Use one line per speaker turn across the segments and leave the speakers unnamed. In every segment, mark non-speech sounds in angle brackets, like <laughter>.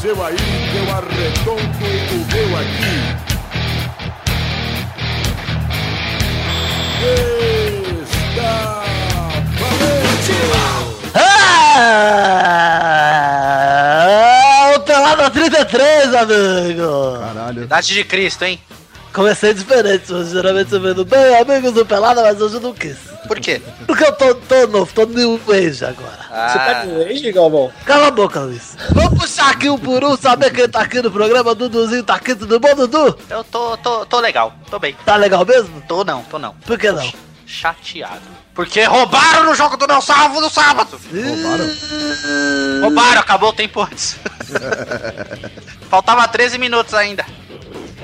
seu aí, eu arredonto o meu aqui. Está valente!
Ah, o Pelada 33, amigo!
Caralho.
Idade de Cristo, hein?
Comecei diferente hoje, geralmente eu vendo bem amigos do Pelada, mas hoje eu não quis.
Por quê?
Porque eu tô, tô novo, tô new age agora.
Você tá
Ah,
com rage, Galvão?
Cala a boca, Luiz. Vamos puxar aqui um por um, saber quem tá aqui no programa. Duduzinho tá aqui, tudo bom, Dudu?
eu tô, tô, tô legal, tô bem.
Tá legal mesmo?
Tô não, tô não.
Por que não?
Chateado. Porque roubaram no jogo do meu salvo no sábado.
Roubaram?
Roubaram, acabou o tempo antes. <laughs> Faltava 13 minutos ainda.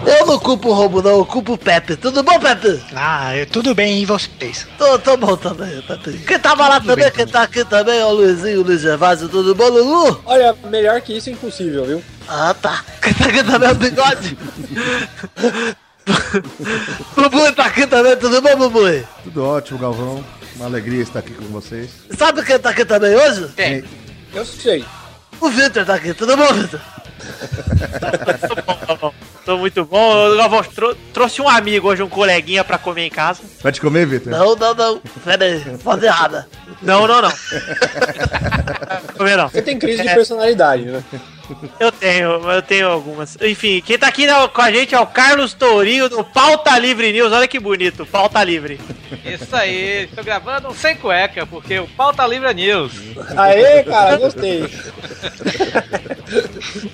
Eu não culpo o roubo, não, eu culpo o Pepe. Tudo bom, Pepe?
Ah, eu- tudo bem, e vocês?
Tô, tô bom também, Pepe. Quem tava lá também,
bem,
quem tá aqui também é o Luizinho, o Luiz Gervásio, tudo bom, Lulu?
Olha, melhor que isso é impossível, viu?
Ah, tá. Quem tá aqui também é o
<laughs>
Bigode. <laughs> Bubu tá aqui também, tudo bom, Bubu?
Tudo ótimo, Galvão. Uma alegria estar aqui com vocês.
Sabe quem tá aqui também hoje?
Quem?
Eu sei.
O Victor tá aqui, tudo bom, Victor?
Tô muito bom. O Galvão tro- trouxe um amigo hoje, um coleguinha pra comer em casa.
Vai te comer, Vitor?
Não, não, não. Pera aí, foto errada.
Não, não, não. comer não.
Você tem crise de
É.
personalidade, né?
Eu tenho, eu tenho algumas. Enfim, quem tá aqui na- com a gente é o Carlos Tourinho do Pauta Livre News. Olha que bonito, Pauta Livre.
Isso aí, estou gravando sem cueca, porque o pau tá livre é news.
Aê, cara, gostei.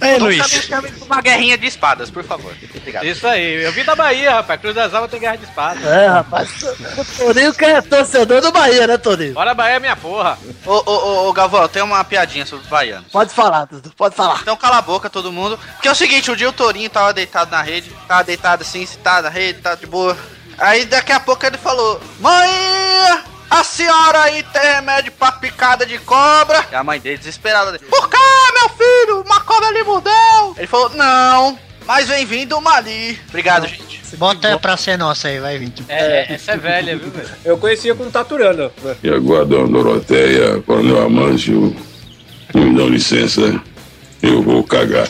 Ei,
Nunca
Luiz.
me chame
é
pra uma guerrinha de espadas, por favor. Obrigado.
Isso aí, eu vim da Bahia, rapaz. Cruz das Almas tem guerra de espada.
É, rapaz. O Torinho que é torcedor do Bahia, né, Torinho?
Bora Bahia, minha porra.
Ô, ô, ô, ô, Galvão, eu tenho uma piadinha sobre os baianos.
Pode falar, Dudu, pode falar.
Então cala a boca todo mundo. Porque é o seguinte, um dia o Torinho tava deitado na rede, tava deitado assim, citado na rede, tá de boa. Aí daqui a pouco ele falou: Mãe! A senhora aí tem remédio pra picada de cobra. E a mãe dele, desesperada, dele, Por que, meu filho? Uma cobra lhe mordeu. Ele falou: Não, mas vem vindo uma ali. Obrigado, gente.
Bota pra ser nossa aí, vai, Vitor.
É, essa é velha, viu, velho?
Eu conhecia como Taturana.
E agora, dona Doroteia, coronel Amâncio, me dão licença, eu vou cagar.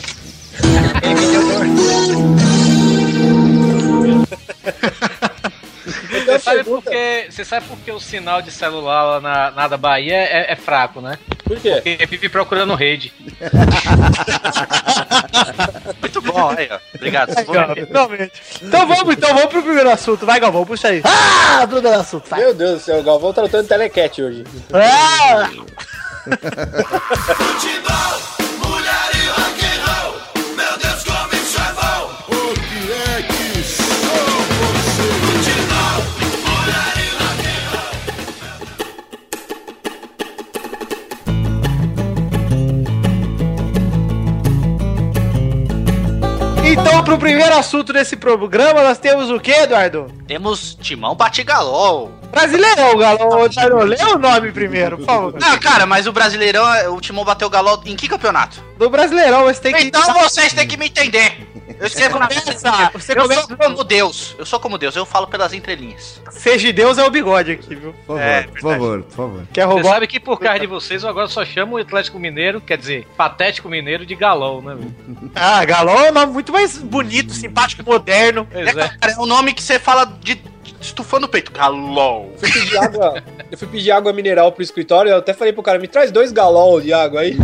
Então,
Você sabe por
pergunta,
que, você sabe por que o sinal de celular lá na, na da Bahia é, é fraco, né?
por quê?
Porque vive procurando rede.
<laughs> Muito bom, aí, ó. Obrigado.
Finalmente. Então vamos, então vamos pro primeiro assunto. Vai, Galvão, puxa aí.
Ah, primeiro assunto, vai.
Meu Deus do céu, o Galvão tá lutando telecat hoje.
Ah,
É?
O que é que sou você?
Então, pro primeiro assunto desse programa, nós temos o quê, Eduardo?
Temos Timão Batigalol.
Brasileirão, Galvão. Eduardo, lê o nome primeiro, por favor.
Não, cara, mas o Brasileirão, é, o Timão bateu o Galol em que campeonato?
Do Brasileirão, você tem que.
Então
<laughs>
vocês têm que me entender. Eu escrevo na
Começa, você
eu
começa-
sou como Deus. Eu sou como Deus, eu falo pelas entrelinhas.
Seja de Deus é o bigode aqui, viu?
Por favor,
É,
por favor, por favor.
Quer
Você
roubar?
sabe que por causa de vocês eu agora só chamo o Atlético Mineiro, quer dizer, Patético Mineiro de galão, né,
<laughs>
velho?
Ah, Galol é um nome muito mais bonito, simpático, moderno.
É,
Pois é.
cara, é um nome que você fala de, de- <laughs> estufando o peito. Galol.
Eu fui pedir água, eu fui pedir água mineral pro escritório, eu até falei pro cara, me traz dois galões de água aí.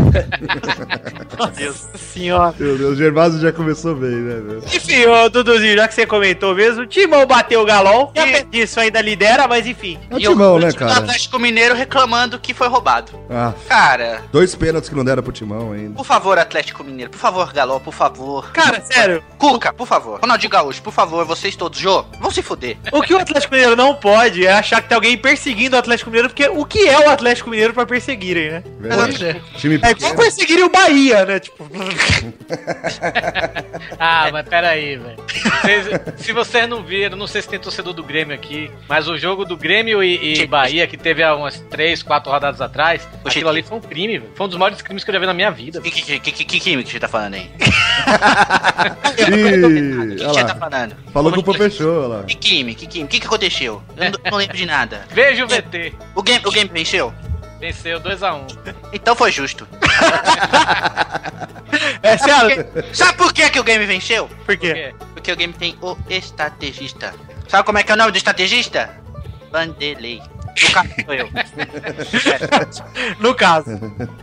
Nossa senhora.
Meu Deus, o Gervásio já começou bem, né, meu?
Enfim, ô Duduzinho, já que você comentou mesmo, o Timão bateu o Galol. E apesar disso ainda lidera, mas enfim.
É o Timão, né,
O
cara?
Atlético Mineiro reclamando que foi roubado.
Ah,
Cara,
dois pênaltis que não deram pro Timão ainda.
por favor, Atlético Mineiro, por favor, Galol, por favor.
Cara, sério,
Cuca, por favor. Ronaldinho Gaúcho, por favor, vocês todos, Jô, vão se fuder.
o que o Atlético Mineiro não pode é achar que tem alguém perseguindo o Atlético Mineiro, porque o que é o Atlético Mineiro pra perseguirem, né?
Pois é.
Time
É igual perseguirem o Bahia, né? Tipo, <laughs>
Ah, mas peraí, velho. Vocês- se vocês não viram, não sei se tem torcedor do Grêmio aqui, mas o jogo do Grêmio e, e Bahia, que teve há umas 3, 4 rodadas atrás, aquilo ali foi um crime, velho. Foi um dos maiores crimes que eu já vi na minha vida.
Que, que, que, que, que crime que você tá falando aí? O
Ih,
que
olha
você tá
lá.
falando?
Falou que o
Como
pão
que-
fechou, olha lá.
Que crime, que crime? O que, que aconteceu? Eu não, não lembro de nada.
Veja o VT.
O game, o game venceu?
Venceu 2x1.
Então foi justo.
<laughs> Essa é a...
Porque- sabe por que, que o game venceu?
Por quê?
Porque
Porque o game tem o estrategista. Sabe como é que é o nome do estrategista? Vanderlei. No caso sou eu.
<laughs>
É,
<laughs>
No caso,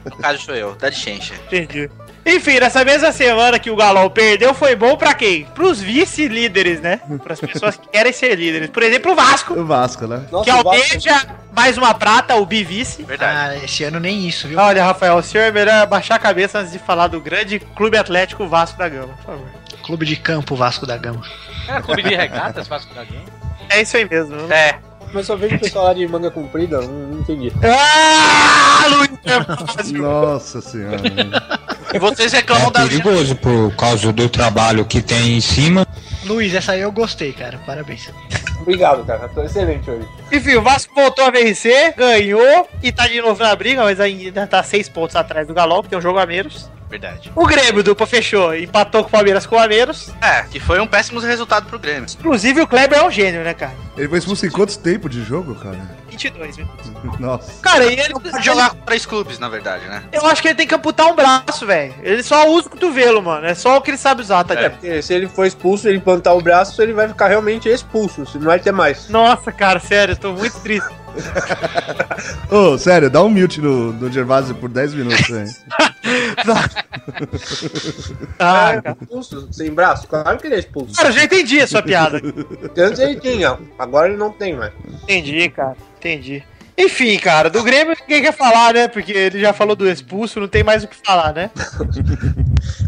No caso sou eu, dá licença.
entendi. Enfim, nessa mesma semana que o Galol perdeu, foi bom pra quem? Pros vice-líderes, né? Pras pessoas que querem ser líderes. Por exemplo, o Vasco,
O Vasco, né?
Nossa,
que
o Vasco-
almeja mais uma prata, o bivice.
Verdade.
Ah, esse ano nem isso, viu?
Olha, Rafael, o senhor é melhor baixar a cabeça antes de falar do grande clube atlético Vasco da Gama, por favor.
Clube de Campo Vasco da Gama.
era clube de regatas, Vasco da Gama.
É isso aí mesmo.
É.
Mas eu só vejo o pessoal lá de manga comprida, não, não entendi.
Ah, Luiz!
Nossa senhora.
E vocês reclamam
É
da
perigoso por causa do trabalho que tem em cima.
<laughs> Luiz, essa aí eu gostei, cara. Parabéns.
Obrigado, cara. Tô excelente hoje.
Enfim, o Vasco <laughs> voltou a vencer, ganhou e tá de novo na briga, mas ainda tá seis pontos atrás do Galol, que tem um jogo a menos.
Verdade.
O Grêmio, dupla fechou, empatou com o Palmeiras com a menos.
É, que foi um péssimo resultado pro Grêmio.
Inclusive, o Kleber é um gênio, né, cara?
Ele foi expulso em quantos tempos de jogo, cara?
22, viu?
Nossa.
Cara, e ele
Pode jogar com três clubes, na verdade, né?
Eu acho que ele tem que amputar um braço, velho. Ele só usa o cotovelo, mano. É só o que ele sabe usar, tá ligado?
Porque se ele for expulso, ele plantar o braço, ele vai ficar realmente expulso. Se não vai ter mais.
Nossa, cara, sério, eu tô muito triste.
<laughs>
Ô, sério, dá um mute no, no Gervásio por 10 minutos,
<laughs>
hein? <laughs>
Ah,
É, expulso, sem braço? Claro que ele é expulso.
Cara, eu já entendi
<laughs>
a sua piada.
Antes ele tinha, agora ele não tem mais.
Entendi, cara. Entendi. Enfim, cara, do Grêmio ninguém quer falar, né? Porque ele já falou do expulso, não tem mais o que falar, né?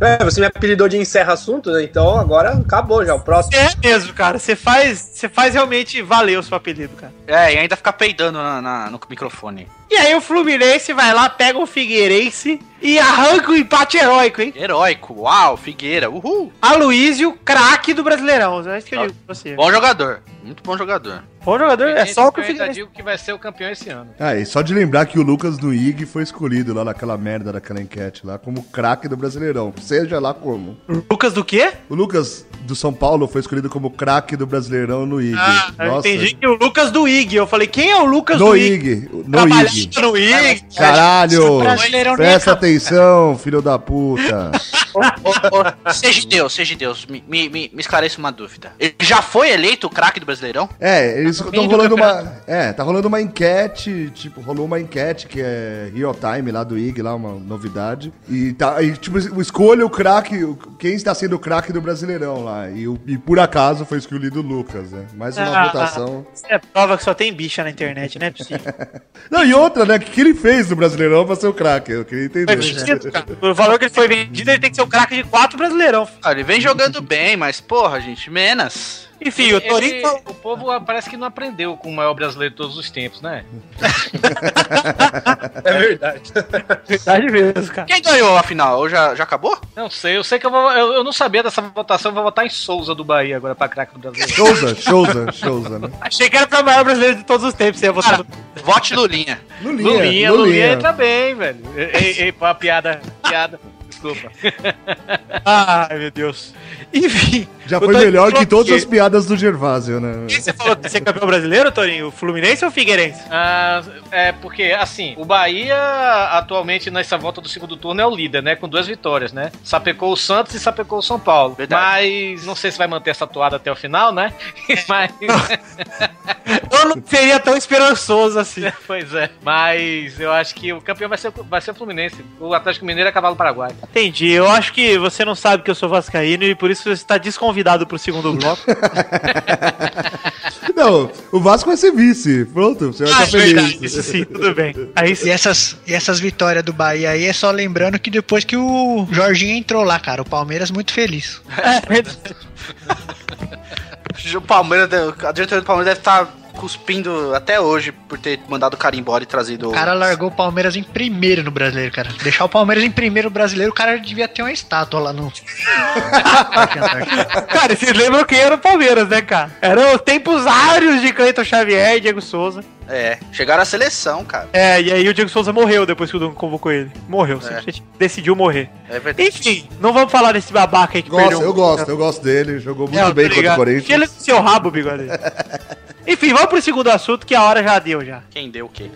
É, você me apelidou de encerra assunto, né? Então agora acabou já. O próximo.
É mesmo, cara. Você faz, você faz realmente valer o seu apelido, cara.
É, e ainda ficar peidando na- na- no microfone.
E aí o Fluminense vai lá, pega o Figueirense e arranca o empate heróico, hein?
Heróico, uau, Figueira, uhul.
Aloysio, craque do Brasileirão. É isso que eu digo pra você.
Bom jogador, muito bom jogador.
Bom jogador, é só o que o
eu ainda
Figueirense...
digo que vai ser o campeão esse ano.
Ah, e só de lembrar que o Lucas do IG foi escolhido lá naquela merda daquela enquete lá como craque do Brasileirão, seja lá como.
Lucas do quê?
O Lucas do São Paulo foi escolhido como craque do Brasileirão no IG.
Ah, eu entendi que o Lucas do IG. Eu falei, quem é o Lucas
No
do IG?
IG, no
Trabalhava
IG.
no IG.
Caralho!
Brasileirão nem é
Presta atenção, filho da
<laughs>
puta.
<laughs> Ô, ô, seja de Deus, seja de Deus, me, me, me- me esclareça uma dúvida. Ele já foi eleito o craque do Brasileirão?
É, eles
Tá
estão
meio do
rolando uma. É, tá rolando uma enquete, tipo, rolou uma enquete que é Real Time lá do IG, lá, uma novidade. E tá. E, tipo, escolha o craque, o- quem está sendo o craque do Brasileirão lá. E, o- e por acaso foi escolhido o Lucas, né? Mais uma
Ah.
votação.
Isso é prova que só tem bicha na internet, né? possível. <laughs>
Não, e outra, né? O que que ele fez no Brasileirão pra ser o craque? Eu queria
Foi
entender.
vendido, cara. é. O valor que ele foi vendido, ele tem que ser o craque de quatro brasileirão.
Ah, ele vem jogando bem, mas porra, gente, menos.
Enfim, o Torinho.
Esse- o povo ah, parece que não aprendeu com o maior brasileiro de todos os tempos, né?
É verdade.
Verdade mesmo, cara.
Quem ganhou, afinal? Ou já, já acabou?
Não sei, eu sei que eu, vou, eu, eu não sabia dessa votação, eu vou votar em Souza do Bahia agora pra craque do brasileiro.
Souza, Souza, Souza, né?
Achei que era pra maior brasileiro de todos os tempos. Você ia votar no-
Vote Lulinha.
Lulinha,
Lulinha, Lulinha entra bem, velho. Ei, ei, ei, pô, a piada, piada. Desculpa. <laughs>
Ai, meu Deus. Enfim.
Já
o
foi
Torinho
melhor que
falou
todas
quê?
as piadas do Gervásio, né?
Quem Você falou que você é campeão brasileiro, Torinho? O Fluminense ou o Figueirense?
Ah, é porque, assim, o Bahia atualmente nessa volta do segundo turno é o líder, né? Com duas vitórias, né? Sapecou o Santos e sapecou o São Paulo.
Verdade.
Mas não sei se vai manter essa toada até o final, né? <laughs> Mas.
<laughs>
Eu não seria tão esperançoso assim.
pois é. Mas eu acho que o campeão vai ser, o- vai ser o Fluminense. O Atlético Mineiro é cavalo paraguai.
Entendi. Eu acho que você não sabe que eu sou vascaíno e por isso você está desconvidado pro
<laughs>
segundo bloco.
Não, o Vasco vai ser vice. Pronto,
Ah,
você vai
é
estar feliz.
Isso sim, tudo bem. Aí sim.
E essas, e essas vitórias do Bahia aí é só lembrando que depois que o Jorginho entrou lá, cara, o Palmeiras muito feliz.
O Palmeiras, deve- a diretoria do Palmeiras deve estar cuspindo até hoje por ter mandado o cara embora e trazido
O cara largou o Palmeiras em primeiro no brasileiro, cara. Deixar o Palmeiras em primeiro no brasileiro, o cara devia ter uma estátua lá no.
Cara, vocês lembram quem era o Palmeiras, né, cara? Eram os tempos áureos de Cleiton Xavier e Diego Souza.
É, chegaram à seleção, cara.
É, e aí o Diego Souza morreu depois que o Dunga convocou ele. Morreu,
É.
simplesmente decidiu morrer.
É verdade.
Enfim, não vamos falar desse babaca aí que
Gosto,
perdeu.
eu gosto, eu gosto dele. Jogou muito
Não,
bem
tô
contra o
tá ligado. Tira
Corinthians.
do seu
<laughs>
rabo, bigode. Enfim, vamos pro segundo assunto que a hora já deu já.
Quem deu o quê?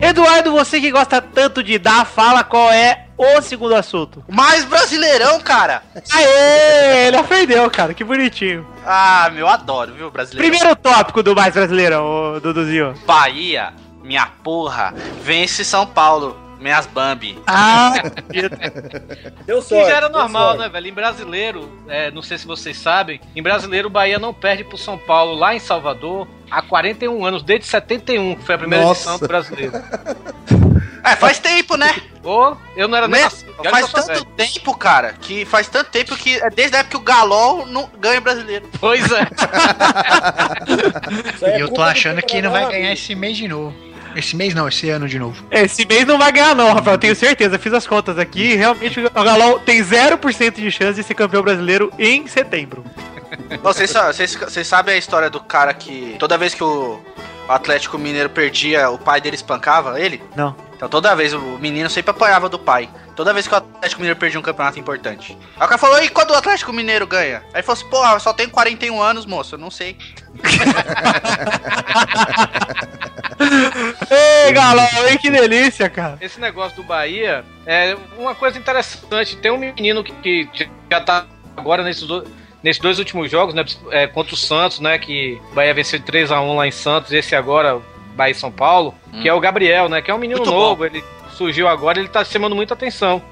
Eduardo, você que gosta tanto de dar, fala qual é o segundo assunto.
Mais brasileirão, cara.
Aê, ele aprendeu, cara, que bonitinho.
Ah, meu, adoro, viu, brasileiro?
Primeiro tópico do mais brasileirão, ô, Duduzinho.
Bahia, minha porra, vence São Paulo, minhas Bambi.
Ah,
<laughs> Deu
Que
sorte.
já
tá
era
deu
normal,
sorte.
né, velho? Em brasileiro, é, não sei se vocês sabem, em brasileiro o Bahia não perde pro São Paulo lá em Salvador há 41 anos, desde 71, que foi a primeira
Nossa.
edição do brasileiro.
É, faz tempo, né?
Ô, eu não era nem
Né?
nascido, olha
Faz
só,
tanto
velho.
tempo, cara, que faz tanto tempo que é desde a época que o Galol não ganha brasileiro.
Pois é.
Então
Isso aí é
e eu tô
culpa do
achando que não vai
Paraná,
ganhar
bicho.
esse mês de novo. Esse mês não, esse ano de novo.
Esse mês não vai ganhar, não, Rafael. Tenho certeza. Fiz as contas aqui. Realmente o Galol tem 0% de chance de ser campeão brasileiro em setembro.
Não, Vocês, sa- vocês, vocês sabem a história do cara que toda vez que o Atlético Mineiro perdia, o pai dele espancava ele?
Não.
Então toda vez o menino sempre apanhava do pai. Toda vez que o Atlético Mineiro perdia um campeonato importante. Aí o cara falou: e quando o Atlético Mineiro ganha? Aí ele falou assim: porra, eu só tenho 41 anos, moço, eu não sei.
Ei, Galol, hein? Que delícia, cara.
Esse negócio do Bahia é uma coisa interessante. Tem um menino que, que <laughs> já tá agora nesses dois, nesses dois últimos jogos, né? é, contra o Santos, né? Que o Bahia venceu de 3x1 lá em Santos. Esse agora, Bahia e São Paulo, que é o Gabriel, né? Que é um menino
Muito
novo. Ele surgiu agora, ele tá chamando muita atenção.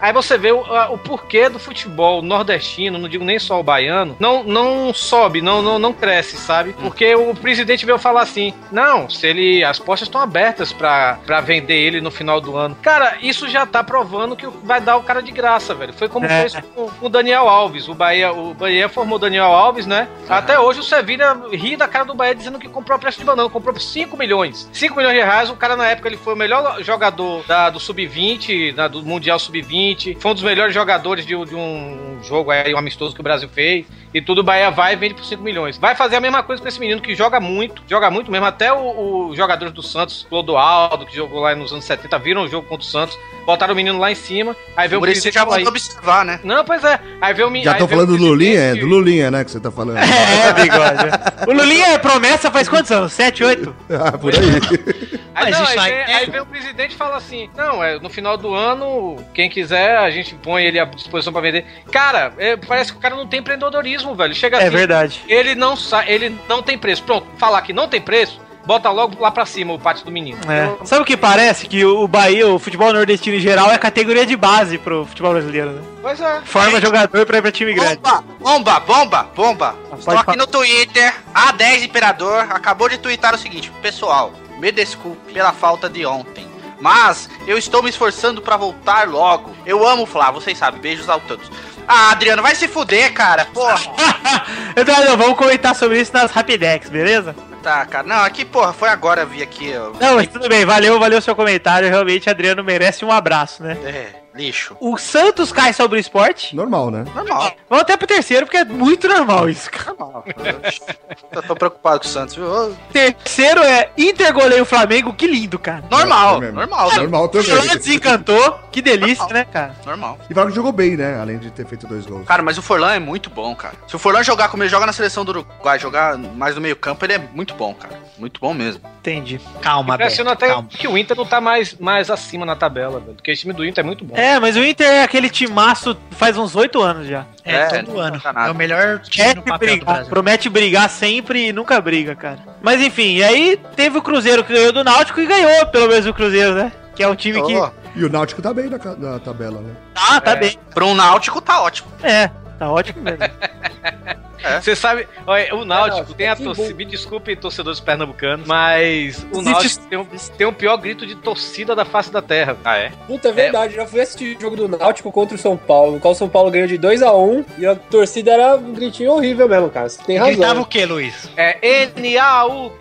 Aí você vê o, a- o porquê do futebol nordestino, não digo nem só o baiano, não, não sobe, não, não, não cresce, sabe? Porque o presidente veio falar assim: não, se ele. As postas estão abertas pra pra vender ele no final do ano. Cara, isso já tá provando que vai dar o cara de graça, velho. Foi como
É.
fez com, com o Daniel Alves. O Bahia, o Bahia formou o Daniel Alves, né? Até hoje o Sevilha ri da cara do Bahia dizendo que comprou a preço de banana, comprou por 5 milhões. 5 milhões de reais, o cara na época ele foi o melhor jogador da- do Sub-20, da- do Mundial Sub-20, foi um dos melhores jogadores de, um- de um jogo aí, um amistoso que o Brasil fez. E tudo o Bahia vai e vende por 5 milhões. Vai fazer a mesma coisa com esse menino que joga muito, joga muito mesmo. Até o- os jogadores do Santos, Clodoaldo, que jogou lá nos anos 70, viram o jogo contra o Santos, botaram o menino lá em cima. Aí veio
Por isso
presidente
já
do
mandou
Bahia.
observar, né?
Não, pois é. Aí veio o menino.
Já estão falando do Lulinha? É, do Lulinha, né, que você tá falando.
né? É, bigode. O Lulinha é promessa faz quantos anos? 7, 8?
Ah, por aí.
Aí,
Mas
não, aí,
isso aí
vem,
é-
aí vem o presidente e fala assim: não, é, no final do ano, quem quiser, a gente põe ele à disposição pra vender. Cara, é, parece que o cara não tem empreendedorismo, velho. Chega
É
assim,
verdade.
ele não sai, ele não tem preço. Pronto, falar que não tem preço, bota logo lá pra cima o pátio do menino.
É. Sabe o que parece? Que o Bahia, o futebol nordestino em geral, é categoria de base pro futebol brasileiro, né?
Pois é.
Forma jogador pra ir pra time grande.
Bomba, bomba, bomba, bomba. Estou
falar.
aqui no Twitter, A10 Imperador acabou de twittar o seguinte: Pessoal, me desculpe pela falta de ontem, mas eu estou me esforçando pra voltar logo. Eu amo o Flá, vocês sabem, beijos a todos. Ah, Adriano, vai se fuder, cara, porra.
<laughs> Eduardo, vamos comentar sobre isso nas Rapidex, beleza?
Tá, cara, não, aqui, porra, foi agora, eu vi aqui, ó.
Não, mas tudo bem, valeu, valeu o seu comentário. Realmente, Adriano merece um abraço, né?
É, lixo.
O Santos cai sobre o esporte.
Normal, né?
Normal,
Vamos até pro terceiro, porque é muito normal isso, cara.
normal. <laughs> Eu tô preocupado com o Santos, viu? Ô,
Terceiro é Inter goleia o Flamengo, que lindo, cara.
Normal,
É mesmo.
normal,
Normal
Ela
também.
desencantou, que delícia, né, cara?
normal.
E falaram que jogou bem, né? Além de ter feito dois gols.
Cara, mas o Forlan é muito bom, cara. Se o Forlan jogar como ele joga na seleção do Uruguai, jogar mais no meio campo, ele é muito bom, cara. Muito bom mesmo.
Entendi.
Calma, Beto,
Impressiona até
calma.
que o Inter não tá mais, mais acima na tabela, velho. Porque o time do Inter é muito bom.
É, mas o Inter é aquele timaço faz uns oito anos já.
É,
É,
todo
não
ano.
tá nada.
É o melhor time
Promete
no papel do
brigar,
Brasil.
promete brigar sempre e nunca briga, cara. Mas enfim, e aí teve o Cruzeiro que ganhou do Náutico e ganhou, pelo menos, o Cruzeiro, né? Que é um time que.
Ó,
E o Náutico tá bem na, ca- na tabela, né?
Ah, tá
É.
bem.
Pra um náutico tá ótimo.
É, tá
<laughs>
ótimo mesmo.
É.
Você sabe, olha, o Náutico
Náutico,
tem a
que
torcida.
bom.
Me desculpem, torcedores pernambucanos, mas o
Se
Náutico tem, um- tem o pior grito de torcida da face da terra. Ah, é?
Puta, é verdade. Já fui assistir o jogo do Náutico contra o São Paulo, no qual o São Paulo ganhou de 2x1 e a torcida era um gritinho horrível mesmo, cara. Você tem razão.
Gritava o que, Luiz?
É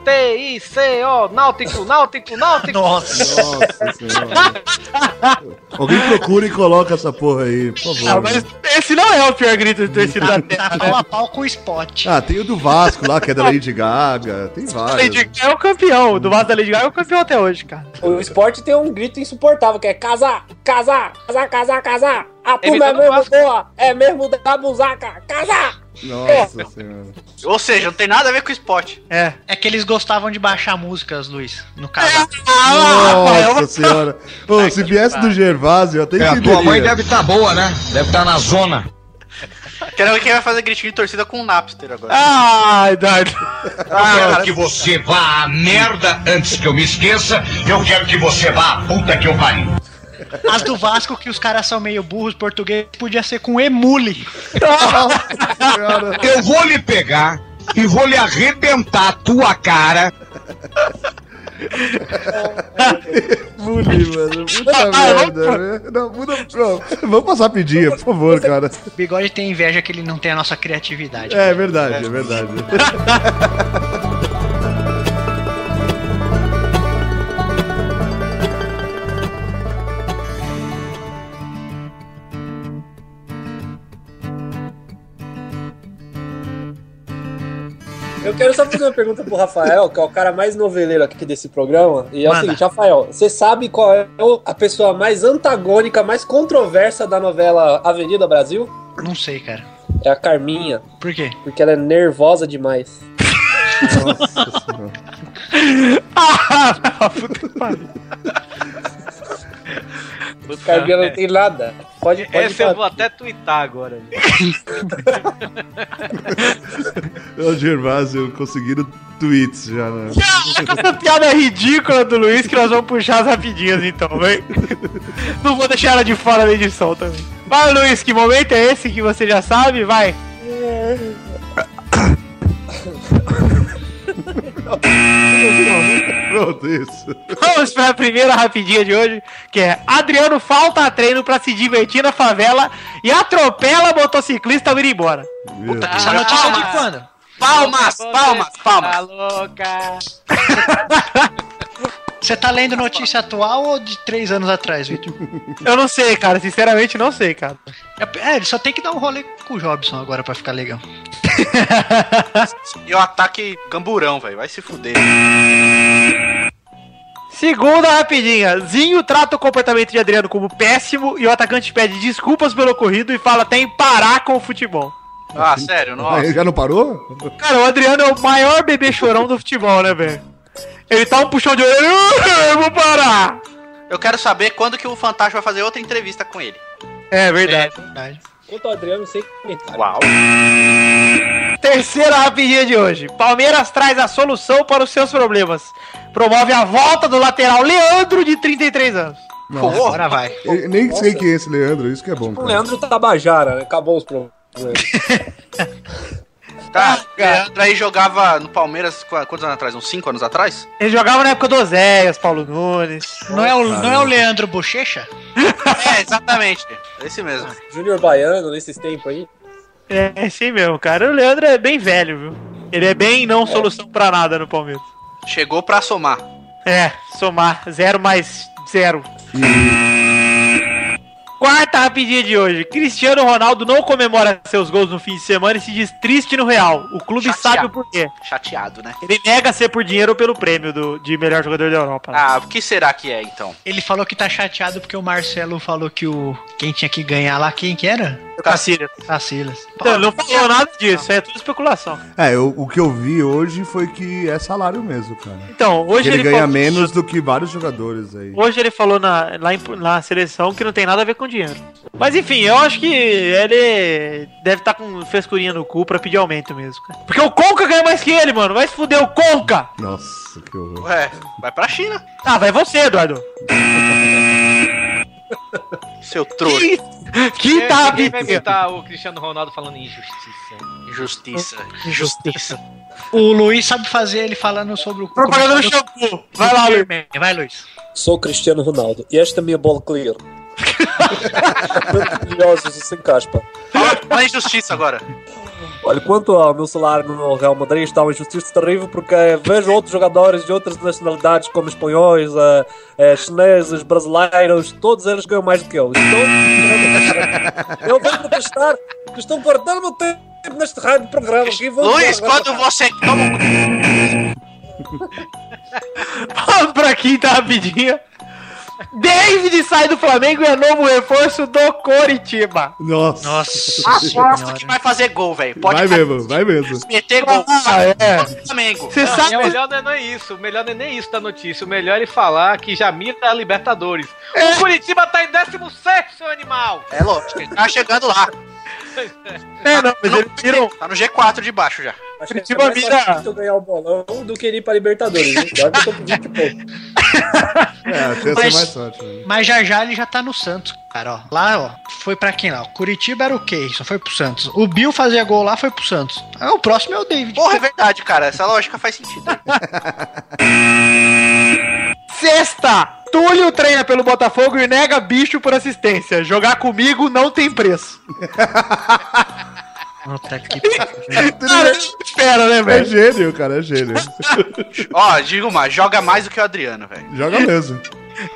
N-A-U-T-I-C-O, Náutico, Náutico, Náutico.
<laughs> Nossa.
Nossa senhora. Alguém procura e coloca essa porra aí, por
Ah,
favor.
mas esse não é o pior grito de torcida
Tá,
da terra.
tá pau a pau com o spot.
Ah, tem o do Vasco lá, que é da Lady Gaga. Tem vários.
Lady Gaga é o campeão. O do Vasco da Lady Gaga é o campeão até hoje, cara.
O esporte tem um grito insuportável, que é casar, casar, casar, casar, casar. A turma é
Imitando o
mesmo
Vasco. né?
boa, é mesmo da busaca, casar.
Nossa senhora.
Ou seja, não tem nada a ver com o esporte.
É.
É que eles gostavam de baixar músicas, Luiz, no
ah,
caso.
Nossa senhora. Pô, se viesse do Gervásio, eu até
É, a
entenderia.
tua mãe deve estar boa, né? Deve estar na zona.
Quero ver quem vai fazer gritinho de torcida com o Napster agora. <laughs> Ah,
Ai, Eduardo.
quero Ah, que você vá à merda antes que eu me esqueça. Eu quero que você vá à puta que eu
<laughs>
pariu.
<laughs> As do Vasco, que os caras são meio burros, português, podia ser com emule.
Nossa
Ah,
senhora.
Eu vou lhe pegar e vou lhe arrebentar a tua cara.
Bully, mano. Puta merda, né? Não, muda. Não, vamos passar rapidinho, por favor, cara.
O Bigode tem inveja que ele não tem a nossa criatividade.
É verdade, é verdade.
Eu quero só fazer uma pergunta pro Rafael, que é o cara mais noveleiro aqui desse programa. E é
Manda.
o seguinte, Rafael, você sabe qual é o- a pessoa mais antagônica, mais controversa da novela Avenida Brasil?
Não sei, cara.
É a Carminha,
Por quê?
porque ela é nervosa demais.
<laughs>
<laughs>
Ah, puta que pariu.
<laughs> Carminha
É.
não tem nada. Pode, pode
Essa
falar.
eu vou até twittar agora. né?
<laughs>
O Gervásio conseguindo tweets já, né?
Essa piada é ridícula do Luiz que nós vamos puxar as rapidinhas então, vem. Não vou deixar ela de fora da edição também. Vai, Luiz, que momento é esse que você já sabe? Vai.
Pronto, isso.
Vamos para a primeira rapidinha de hoje, que é Adriano falta a treino pra se divertir na favela e atropela motociclista ao ir embora.
Meu Deus.
Essa notícia é de quando?
Palmas, palmas, palmas.
Tá louca.
Você tá lendo notícia atual ou de três anos atrás, Vitor?
Eu não sei, cara, sinceramente não sei, cara.
É, ele só tem que dar um rolê com o Jobson agora pra ficar legal.
E o ataque camburão, velho. Vai se fuder.
Segunda rapidinha, Zinho trata o comportamento de Adriano como péssimo e o atacante pede desculpas pelo ocorrido e fala até em parar com o futebol.
Ah, sério,
Ah, ele
nossa.
já não parou?
Cara, o Adriano é o maior bebê chorão do futebol, né, velho? Ele tá um puxão de orelha, "Ah, eu vou parar!
Eu quero saber quando que o Fantástico vai fazer outra entrevista com ele.
É verdade.
Quanto ao Adriano, sem comentário.
Uau.
Terceira rapidinha de hoje. Palmeiras traz a solução para os seus problemas. Promove a volta do lateral Leandro, de 33 anos.
Pô,
Agora vai.
Eu nem
Nossa.
sei quem é esse Leandro, isso que é bom,
O
cara.
Leandro Tabajara, né? Acabou os problemas.
<laughs>
Ah,
Tá, Leandro aí jogava no Palmeiras qu- quantos anos atrás? Uns 5 anos atrás?
Ele jogava na época do Oséias, Paulo Nunes.
Não é o, não é o Leandro Bochecha?
É, exatamente. Esse mesmo.
Júnior Baiano, nesses tempos aí.
É, é assim mesmo, cara. O Leandro é bem velho, viu? Ele é bem não solução pra nada no Palmeiras.
Chegou pra somar.
É, somar. Zero mais zero. Quarta rapidinha de hoje. Cristiano Ronaldo não comemora seus gols no fim de semana e se diz triste no Real. O clube
Chateado.
sabe o porquê.
Chateado, né?
Ele nega ser por dinheiro ou pelo prêmio do, de melhor jogador da Europa. né?
Ah, o que será que é então?
Ele falou que tá chateado porque o Marcelo falou que o quem tinha que ganhar lá, quem que era? tá
Cacilhas.
Ah, Silas.
Então, ele não falou nada disso, é tudo especulação.
É, eu- o que eu vi hoje foi que é salário mesmo, cara.
Então, hoje
Ele,
ele,
ganha
falou,
menos do que vários jogadores aí.
Hoje ele falou na, lá em- na seleção que não tem nada a ver com dinheiro. Mas enfim, eu acho que ele deve estar com frescurinha no cu pra pedir aumento mesmo, cara. Porque o Conca ganha mais que ele, mano. Vai se fuder o Conca!
Nossa, que horror.
Ué, vai pra China,
Ah, vai você, Eduardo.
seu trouxa.
Quinta
tá,
Quem vai
rapidinha.
imitar o Cristiano Ronaldo falando injustiça?
Injustiça.
Injustiça. O Luiz sabe fazer ele falando sobre o.
Propaganda do shampoo. Vai lá, Luiz.
Vai, Luiz.
Sou Cristiano Ronaldo e esta é a minha bola clear. Maravilhosos e sem caspa.
Fala, fala injustiça agora.
Olha, quanto ao meu salário no Real Madrid, está uma injustiça terrível porque vejo outros jogadores de outras nacionalidades, como espanhóis, eh, eh, chineses, brasileiros, todos eles ganham mais do que eu. Então, eu vou protestar que estão guardando o tempo tempo neste rádio programa aqui.
Luiz, quando você toma
Vamos pra quinta rapidinho. David sai do Flamengo e é novo reforço do Coritiba.
Nossa.
<laughs>
Aposto que vai fazer gol, velho. Pode
vai mesmo, vai mesmo.
meter gol.
Ah, é.
do Flamengo. Ah.
Você
Não,
sabe.
O melhor não é isso. O melhor não é nem isso da notícia. O melhor é ele falar que já mira a Libertadores. O Curitiba tá em 16, seu animal.
É lógico, ele tá chegando lá.
É, não, mas eles viram.
Tá no G4 de baixo já. é
Curitiba
é,
vira-
Eu ganhar o bolão do que ele ir pra Libertadores. Né? Eu acho que eu tô com 20 e pouco.
É, tem essa
Mas-
mais sorte. né?
Mas já já ele já tá no Santos, cara, ó. Lá, ó, foi pra quem lá? O Curitiba era o quê? Só foi pro Santos. O Bill fazia gol lá, foi pro Santos. Ah, o próximo é o David.
Porra, é verdade, cara. Essa lógica faz
<laughs>
sentido.
Um Sexta! Túlio treina pelo Botafogo e nega bicho por assistência. Jogar comigo não tem preço.
Puta que
<laughs> Cara, espera,
Tá
né,
É
velho?
gênio, cara, é gênio.
Ó, digo mais, joga mais do que o Adriano, velho.
Joga mesmo.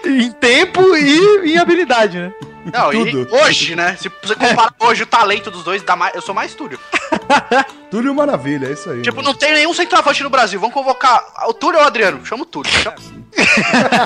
Em tempo Tipo, e em habilidade, né?
Não, e
Tudo.
hoje, né? Se você comparar
É.
hoje o talento dos dois, dá mais, eu sou mais Túlio.
Túlio Maravilha, é isso aí.
Tipo, não tem nenhum centroavante no Brasil. Vamos convocar o Túlio ou o Adriano? Chama o Túlio. Chama...
<laughs>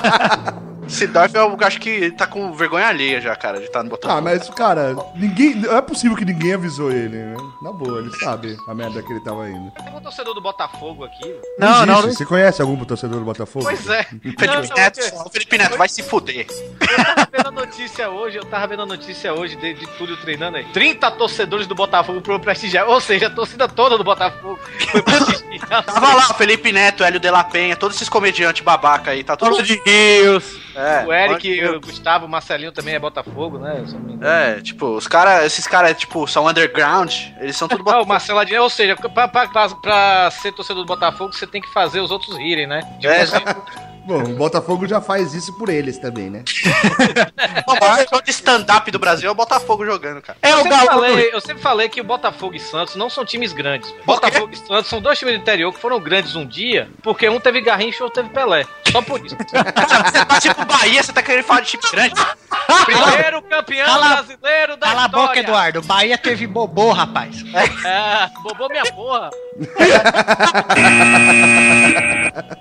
Sidorf, eu acho que tá com vergonha alheia já, cara, de tá estar no
Ah,
Botafogo.
mas, cara, ninguém. Não é possível que ninguém avisou ele, né? Na boa, ele sabe a merda que ele tava indo.
Tem um torcedor do Botafogo aqui. velho.
Não, não,
Você conhece algum torcedor do Botafogo? Tipo,
Pois
<laughs>
é. Não,
Felipe,
não,
Neto,
eu-
o Felipe Neto vai
<laughs>
se fuder.
Eu tava vendo a notícia hoje, eu tava vendo a notícia hoje de, de Túlio treinando aí. 30 torcedores do Botafogo pro prestigiar. Ou seja, a torcida toda do Botafogo foi pra assistir.
Tava lá o Felipe Neto, Hélio de la Penha, todos esses comediantes babaca aí, tá todo
Paulo
mundo...
de Rios.
É,
O Eric, o Gustavo, o Marcelinho também é Botafogo, né? Se eu não me engano.
É, tipo, os caras, esses caras, tipo, são underground, eles são tudo
Ah, o
Botafogo.
Marcelo Adnet, ou seja, pra, pra- pra- pra ser torcedor do Botafogo, você tem que fazer os outros rirem, né? Tipo,
É,
você-
Bom, o Botafogo já faz isso por eles também, né?
O maior show de stand-up do Brasil é o Botafogo jogando, cara.
É
eu,
o
sempre
Galo. do Rio.
<laughs>
falei, eu sempre falei que o Botafogo e Santos não são times grandes. velho. Botafogo e Santos são dois times do interior que foram grandes um dia, porque um teve Garrincha e outro teve Pelé. Só por isso.
<laughs> Você tá tipo Bahia, você tá querendo falar de time grande?
<laughs> Primeiro campeão
Cala-
brasileiro da
Cala a
história.
boca, Eduardo. O Bahia teve bobô, rapaz.
Ah, bobou minha porra.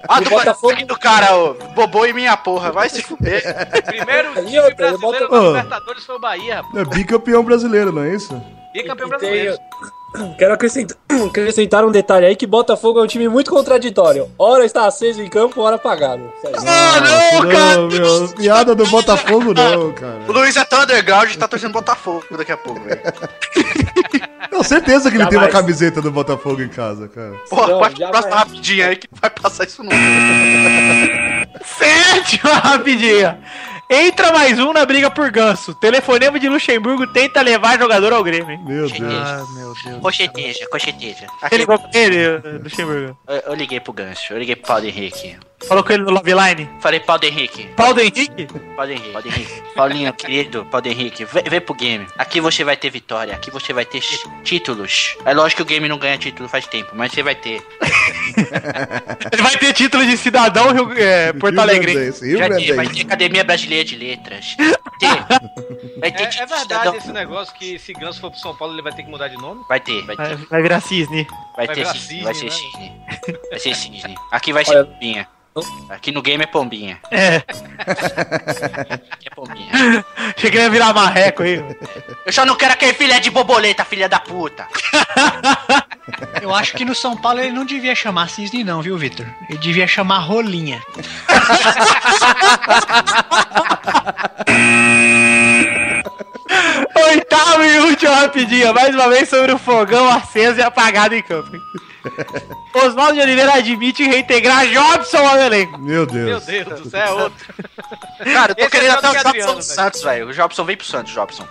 Ah, do
O Botafogo-
Botafogo do cara, ô, Bobô e minha porra, vai se fuder.
Primeiro
E
time
outra, ele
brasileiro
bota-
da
Ah.
Libertadores foi o Bahia, rapaz.
É bicampeão brasileiro, não é isso?
E campeão
E tem-
brasileiro.
Quero acrescentar, <clears throat> acrescentar um detalhe aí que Botafogo é um time muito contraditório. Ora está aceso em campo, ora apagado. Sério.
Ah, não, cara!
Não, meu, piada do Botafogo não, cara.
O Luiz é tão underground e tá torcendo Botafogo daqui a pouco, velho.
Tenho certeza que ele tem uma
Jamais.
camiseta do Botafogo em casa, cara.
Pô,
Não,
pode
já
passar
vai.
rapidinho aí que não vai passar isso nunca.
Sétima rapidinha. Entra mais um na briga por ganso. Telefonema de Luxemburgo tenta levar jogador ao Grêmio, hein?
Meu Deus.
Ah, meu Deus.
Cocheteja, cocheteja.
Ele ligou pra ele, eh, Luxemburgo.
Eu, eu liguei pro Gancho, eu liguei pro Paulo Henrique.
Falou com ele no love line.
Falei, Paulo Henrique,
Paulo Henrique?
Paulo Henrique, Paulo <laughs> Henrique. Paulinho, querido, Paulo Henrique, vem, vem pro game. Aqui você vai ter vitória, aqui você vai ter chi- títulos. É lógico que o game não ganha título faz tempo, mas você vai ter.
Ele vai ter título de cidadão Rio, eh, Porto Alegre.
Grandense, Rio
Já ter, vai ter
Grandense.
Academia Brasileira de Letras. Vai ter.
<laughs>
Vai ter
É, é
título de
verdade
cidadão.
esse negócio que se Ganso for pro São Paulo, ele vai ter que mudar de nome?
Vai ter, vai
Vai,
ter.
vai virar cisne.
Vai
vai
ter
virar
cisne, vai ser
cisne, né?
cisne. Vai ser cisne. Aqui vai ser
Olha-
pombinha. Aqui no game é pombinha. <laughs>
É,
Aqui é pombinha.
achei que ele ia virar marreco aí.
Eu só não quero aquele filé de borboleta, filha da puta.
Eu acho que no São Paulo ele não devia chamar Cisne, não, viu, Vitor? Ele devia chamar Rolinha.
Oitavo e última rapidinha, mais uma vez sobre o fogão aceso e apagado em campo. hein? Oswaldo de Oliveira admite reintegrar Jobson ao elenco.
Meu
Meu
Deus.
Deus do céu, é outro.
Cara, eu
Esse
tô
é
querendo até
tanto
o
que
Jobson
Adriano,
do
velho.
Santos, velho. O Jobson vem pro Santos, Jobson.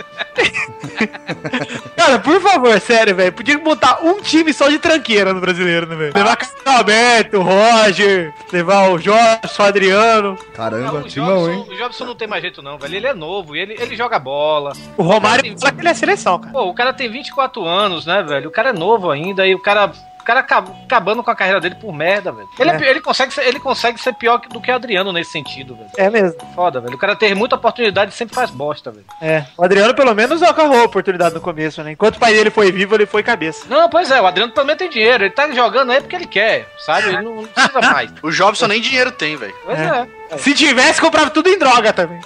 Cara, por favor, sério, velho. Podia botar um time só de tranqueira no brasileiro, né, velho?
Ah.
Levar Capitão Alberto, Roger, levar o Jobson, o Adriano,
Caramba,
o,
timão,
Jobson,
hein?
o Jobson não tem mais jeito não, velho. Ele é novo, ele, ele joga bola.
o Romário. Fala que ele é seleção, cara.
Pô, o cara tem 24 anos, né, velho? O cara é novo ainda e o cara caras acab- acabando com a carreira dele por merda, velho. Ele, é
É.
pi- ele, consegue, ser, ele consegue ser pior que- do que o Adriano nesse sentido, velho.
É mesmo.
Foda, velho. O cara teve muita oportunidade e sempre faz bosta, velho.
É. O Adriano, pelo menos, agarrou a oportunidade no começo, né? Enquanto o pai dele foi vivo, ele foi cabeça.
Não, pois é, o Adriano também tem dinheiro. Ele tá jogando aí porque ele quer, sabe? Ele não, não precisa mais.
O Jobson nem dinheiro tem, velho.
Pois é.
Se tivesse, comprava tudo em droga também.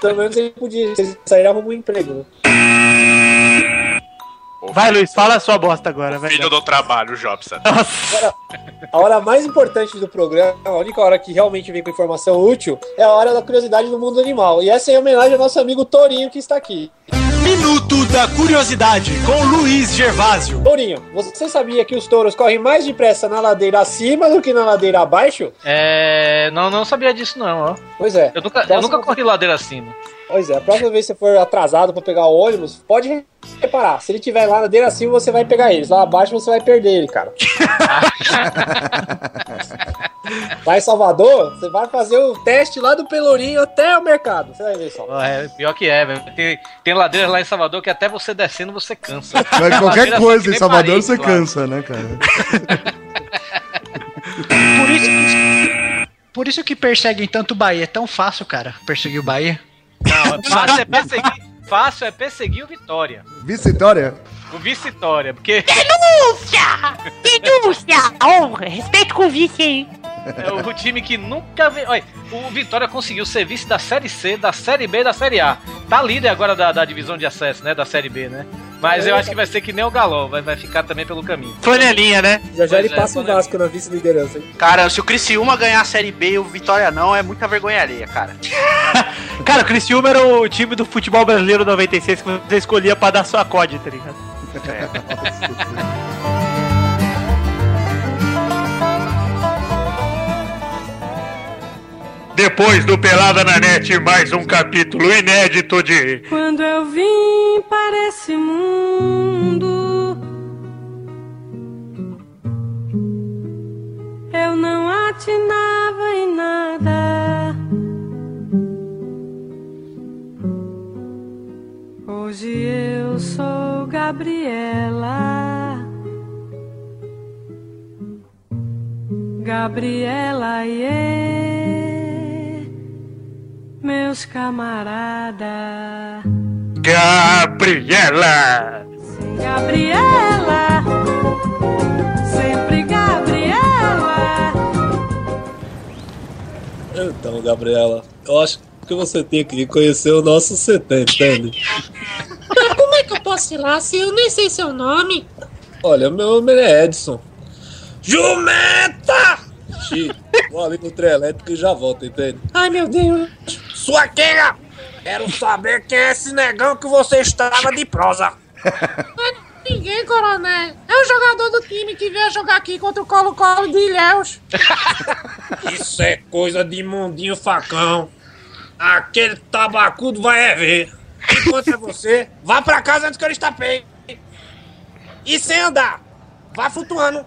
Pelo menos ele podia. Se ele sair, arruma um emprego. né?
Vai, Luiz, fala a sua bosta agora, vai.
Filho do trabalho, Jobson.
Nossa.
A hora mais importante do programa, a única hora que realmente vem com informação útil, é a hora da curiosidade do mundo animal. E essa é em homenagem ao nosso amigo Torinho que está aqui.
Minuto da Curiosidade com Luiz Gervásio.
Tourinho, você sabia que os touros correm mais depressa na ladeira acima do que na ladeira abaixo?
É. Não, não sabia disso, não, ó.
Pois é.
Eu nunca, eu
Próximo-
nunca corri ladeira assim, acima.
Pois é, a próxima vez que você for atrasado pra pegar o ônibus, pode reparar. Se ele tiver lá na ladeira acima, você vai pegar eles. Lá abaixo, você vai perder ele, <laughs> cara. lá em Salvador, você vai fazer o teste lá do Pelourinho até o mercado. Você vai ver só.
É, pior que é, velho. Tem, tem ladeiras lá em Salvador que até você descendo você cansa.
Mas
Ladeira
qualquer
assim que
coisa em
nem
Salvador
parede,
você
claro.
cansa, né, cara?
Por isso, que- por isso que perseguem tanto o Bahia. É tão fácil, cara, perseguir o Bahia.
Não, é fácil é perseguir. Fácil é perseguir o Vitória.
Vice-Vitória?
O vice-vitória, porque
<laughs> Denúncia! Denúncia! Honra! Respeito com o vice aí.
é o time que nunca. ve- Olha, o Vitória conseguiu ser vice da Série C, da Série B e da Série A. Tá líder agora da, da divisão de acesso, né? Da Série B, né? Mas eu acho que vai ser que nem o Galol, vai, vai ficar também pelo caminho.
Flanelinha, né?
Já já
Pois
ele
é,
passa o Vasco na vice-liderança. hein?
Cara, se o Criciúma ganhar a Série B e o Vitória não, é muita vergonha alheia, cara.
Cara, o Criciúma era o time do futebol brasileiro 96 que você escolhia pra dar sua code, tá ligado?
É. Depois do Pelada na Net, mais um capítulo inédito de
Quando eu vim para esse mundo, eu não atinava em nada. Hoje eu sou Gabriela. Gabriela e é meus camaradas.
<laughs> Gabriela.
Gabriela, sempre Gabriela.
Então, Gabriela, eu acho que você tem que conhecer o nosso CT, entende?
Mas como é que eu posso ir lá se eu nem sei seu nome?
Olha, meu nome é Edson. Jumenta! Xi, vou ali no trem elétrico e já volto, entende?
Ai meu Deus.
Sua queira! Quero saber quem é esse negão que você estava de prosa.
Ninguém, coronel. É o jogador do time que veio jogar aqui contra o Colo-Colo de Ilhéus.
Isso é coisa de mundinho facão. Aquele tabacudo vai é ver. Enquanto é você, vá pra casa antes que eu lhe estapeie. E sem andar, vá flutuando.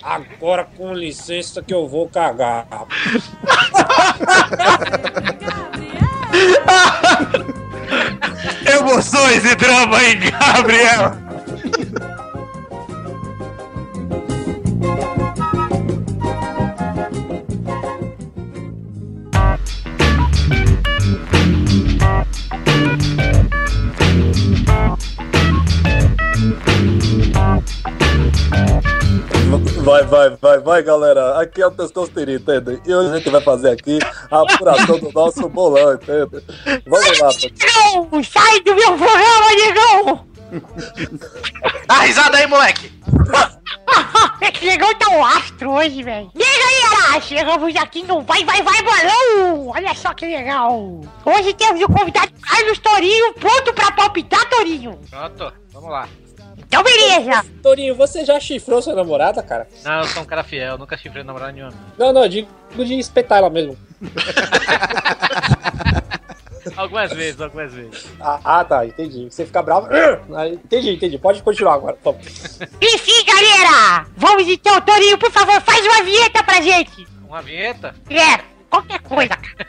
Agora com licença que eu vou cagar.
Emoções e drama em Gabriela.
Vai, vai, vai, vai, galera. Aqui é o Testosterina, entende? E hoje a gente vai fazer aqui a apuração do nosso bolão, entende? Vamos lá,
Não! Sai do meu programa, negão!
Dá risada aí, moleque!
<laughs> Esse negão tá um astro hoje, velho. E aí, galera? Chegamos aqui no Vai, Vai, Vai, Bolão! Olha só que legal. Hoje temos o convidado Carlos Torinho pronto pra palpitar, Torinho.
Pronto, vamos lá.
Então, beleza.
Torinho, você já chifrou sua namorada, cara?
Não, eu sou um cara fiel, nunca chifrei namorada nenhuma.
Não, não, digo de espetar ela
<laughs>
mesmo.
Algumas vezes, algumas vezes.
Ah, ah, tá, entendi. Você fica bravo. Ah, Entendi, entendi. Pode continuar agora. por favor.
Enfim, galera. Vamos então, Torinho, por favor, faz uma vinheta pra gente.
Uma vinheta? <laughs>
É, qualquer coisa, cara.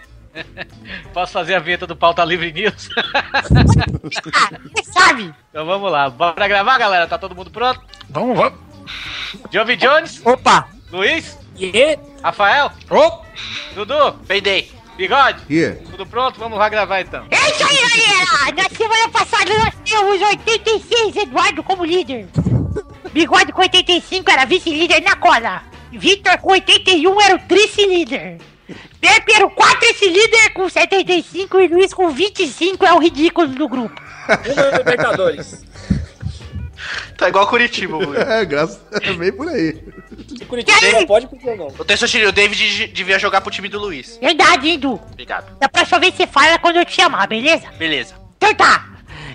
Posso fazer a vinheta do Pauta Livre
<laughs>
News?
sabe?
Então vamos lá. Bora gravar, galera? Tá todo mundo pronto?
Vamos, vamos.
Jovem Jones?
Opa!
Luiz? Rafael? Dudu? Peidei. Bigode?
Ih.
Tudo pronto? Vamos lá gravar então.
É isso aí, galera! Na semana passada nós temos 86 Eduardo como líder. Bigode com 85 era vice-líder na cola. Vitor com 81 era o trice-líder. Pepe era o quatrice-líder com 75 e Luiz com 25 é o ridículo do grupo.
Libertadores.
Tá igual Curitiba,
<laughs>
Bruno.
É, graças é bem por aí.
Curitiba não pode porque não.
O texto o David de- devia jogar pro time do Luiz.
Verdade, hein, Du?
Obrigado.
Da próxima vez você fala quando eu te chamar, beleza?
Beleza.
Então tá.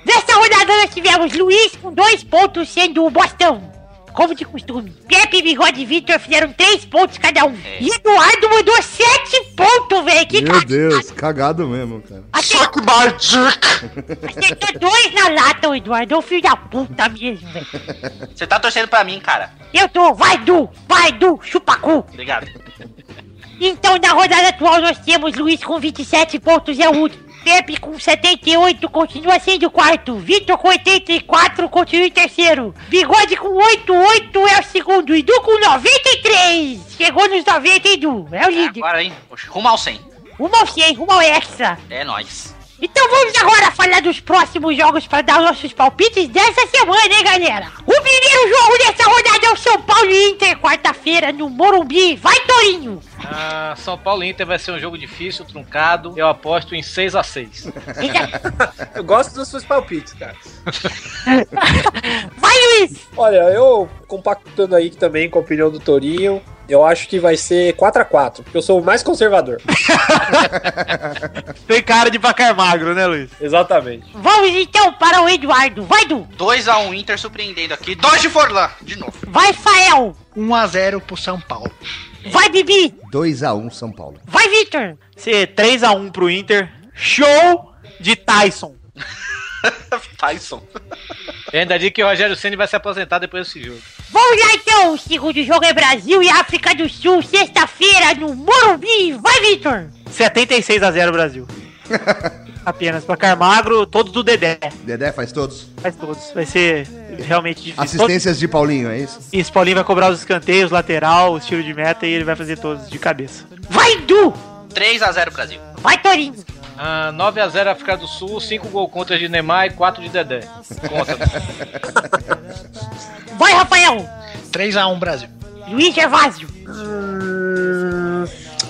Nessa rodada nós tivemos Luiz com dois pontos, sendo o Bostão. Como de costume. Pepe, Bigode e Victor fizeram três pontos cada um. E Eduardo mandou sete pontos, velho. Que
Meu Deus, cagado mesmo, cara. <laughs>
Acertou dois na lata, o Eduardo. É um filho da puta mesmo, velho.
Você tá torcendo pra mim, cara.
Eu tô. Vai, Du. Vai, Du. Chupa cu. <laughs>
Obrigado.
Então, na rodada atual, nós temos Luiz com 27 pontos, é o último. Pepe com 78, continua sendo o quarto. Vitor com 84, continua em terceiro. Bigode com 88 é o segundo. E Du com 93. Chegou nos 90, hein, Du? É o líder.
Agora, hein? Oxe, Rumo ao 100.
Uma ao 100, uma ao extra.
É nóis.
Então vamos agora falar dos próximos jogos para dar nossos palpites dessa semana, hein, galera? O primeiro jogo dessa rodada é o São Paulo e Inter, quarta-feira, no Morumbi. Vai, Torinho!
Ah, São Paulo e Inter vai ser um jogo difícil, truncado. Eu aposto em 6 a 6 <laughs>
Eu gosto dos seus palpites, cara.
Vai, Luiz!
Olha, eu compactando aí também com a opinião do Torinho, eu acho que vai ser 4x4, porque eu sou o mais conservador.
<laughs> Tem cara de pacar magro, né, Luiz?
Exatamente.
Vamos então para o Eduardo. Vai, Du!
2x1 Inter surpreendendo aqui. 2 de Forlan, de novo.
Vai, Fael!
1x0 pro São Paulo.
Vai, Bibi!
2x1 São Paulo.
Vai, Victor!
Ser 3x1 pro Inter. Show de Tyson.
Tyson.
E É, ainda digo que o Rogério Ceni vai se aposentar depois desse jogo.
Vamos lá então! O segundo jogo é Brasil e África do Sul, sexta-feira, no Morumbi. Vai, Victor!
76 a
<laughs>
0 Brasil. Apenas pacar magro, todos do Dedé.
Dedé faz todos?
Faz todos. Vai ser realmente difícil.
Assistências de Paulinho, é isso?
Todos- Isso, Paulinho vai cobrar os escanteios, lateral, os tiros de meta e ele vai fazer todos de cabeça.
Vai, Du!
3x0 Brasil.
Vai, Torinho!
Ah, 9x0 África do Sul, 5 gol contra de Neymar e 4 de Dedé. Conta.
Vai, Rafael!
3x1 Brasil.
Luiz Gervásio!